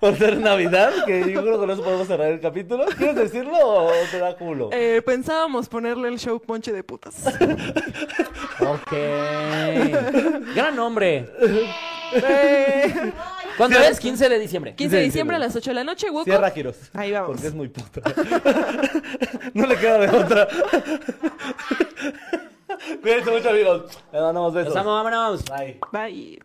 Por ser Navidad, que yo creo que no podemos cerrar el capítulo. ¿Quieres decirlo o te da culo?
Eh, pensábamos ponerle el show Ponche de Putas.
*laughs*
Ok. Gran nombre.
Eh,
¿Cuándo es? 15 de diciembre.
15 de diciembre a las 8 de la noche, Woco.
Cierra giros.
Ahí vamos.
Porque es muy puta. *laughs* no le queda de otra. *laughs* Cuídense mucho, amigos. Les mandamos besos.
Los amo, vámonos.
Bye.
Bye.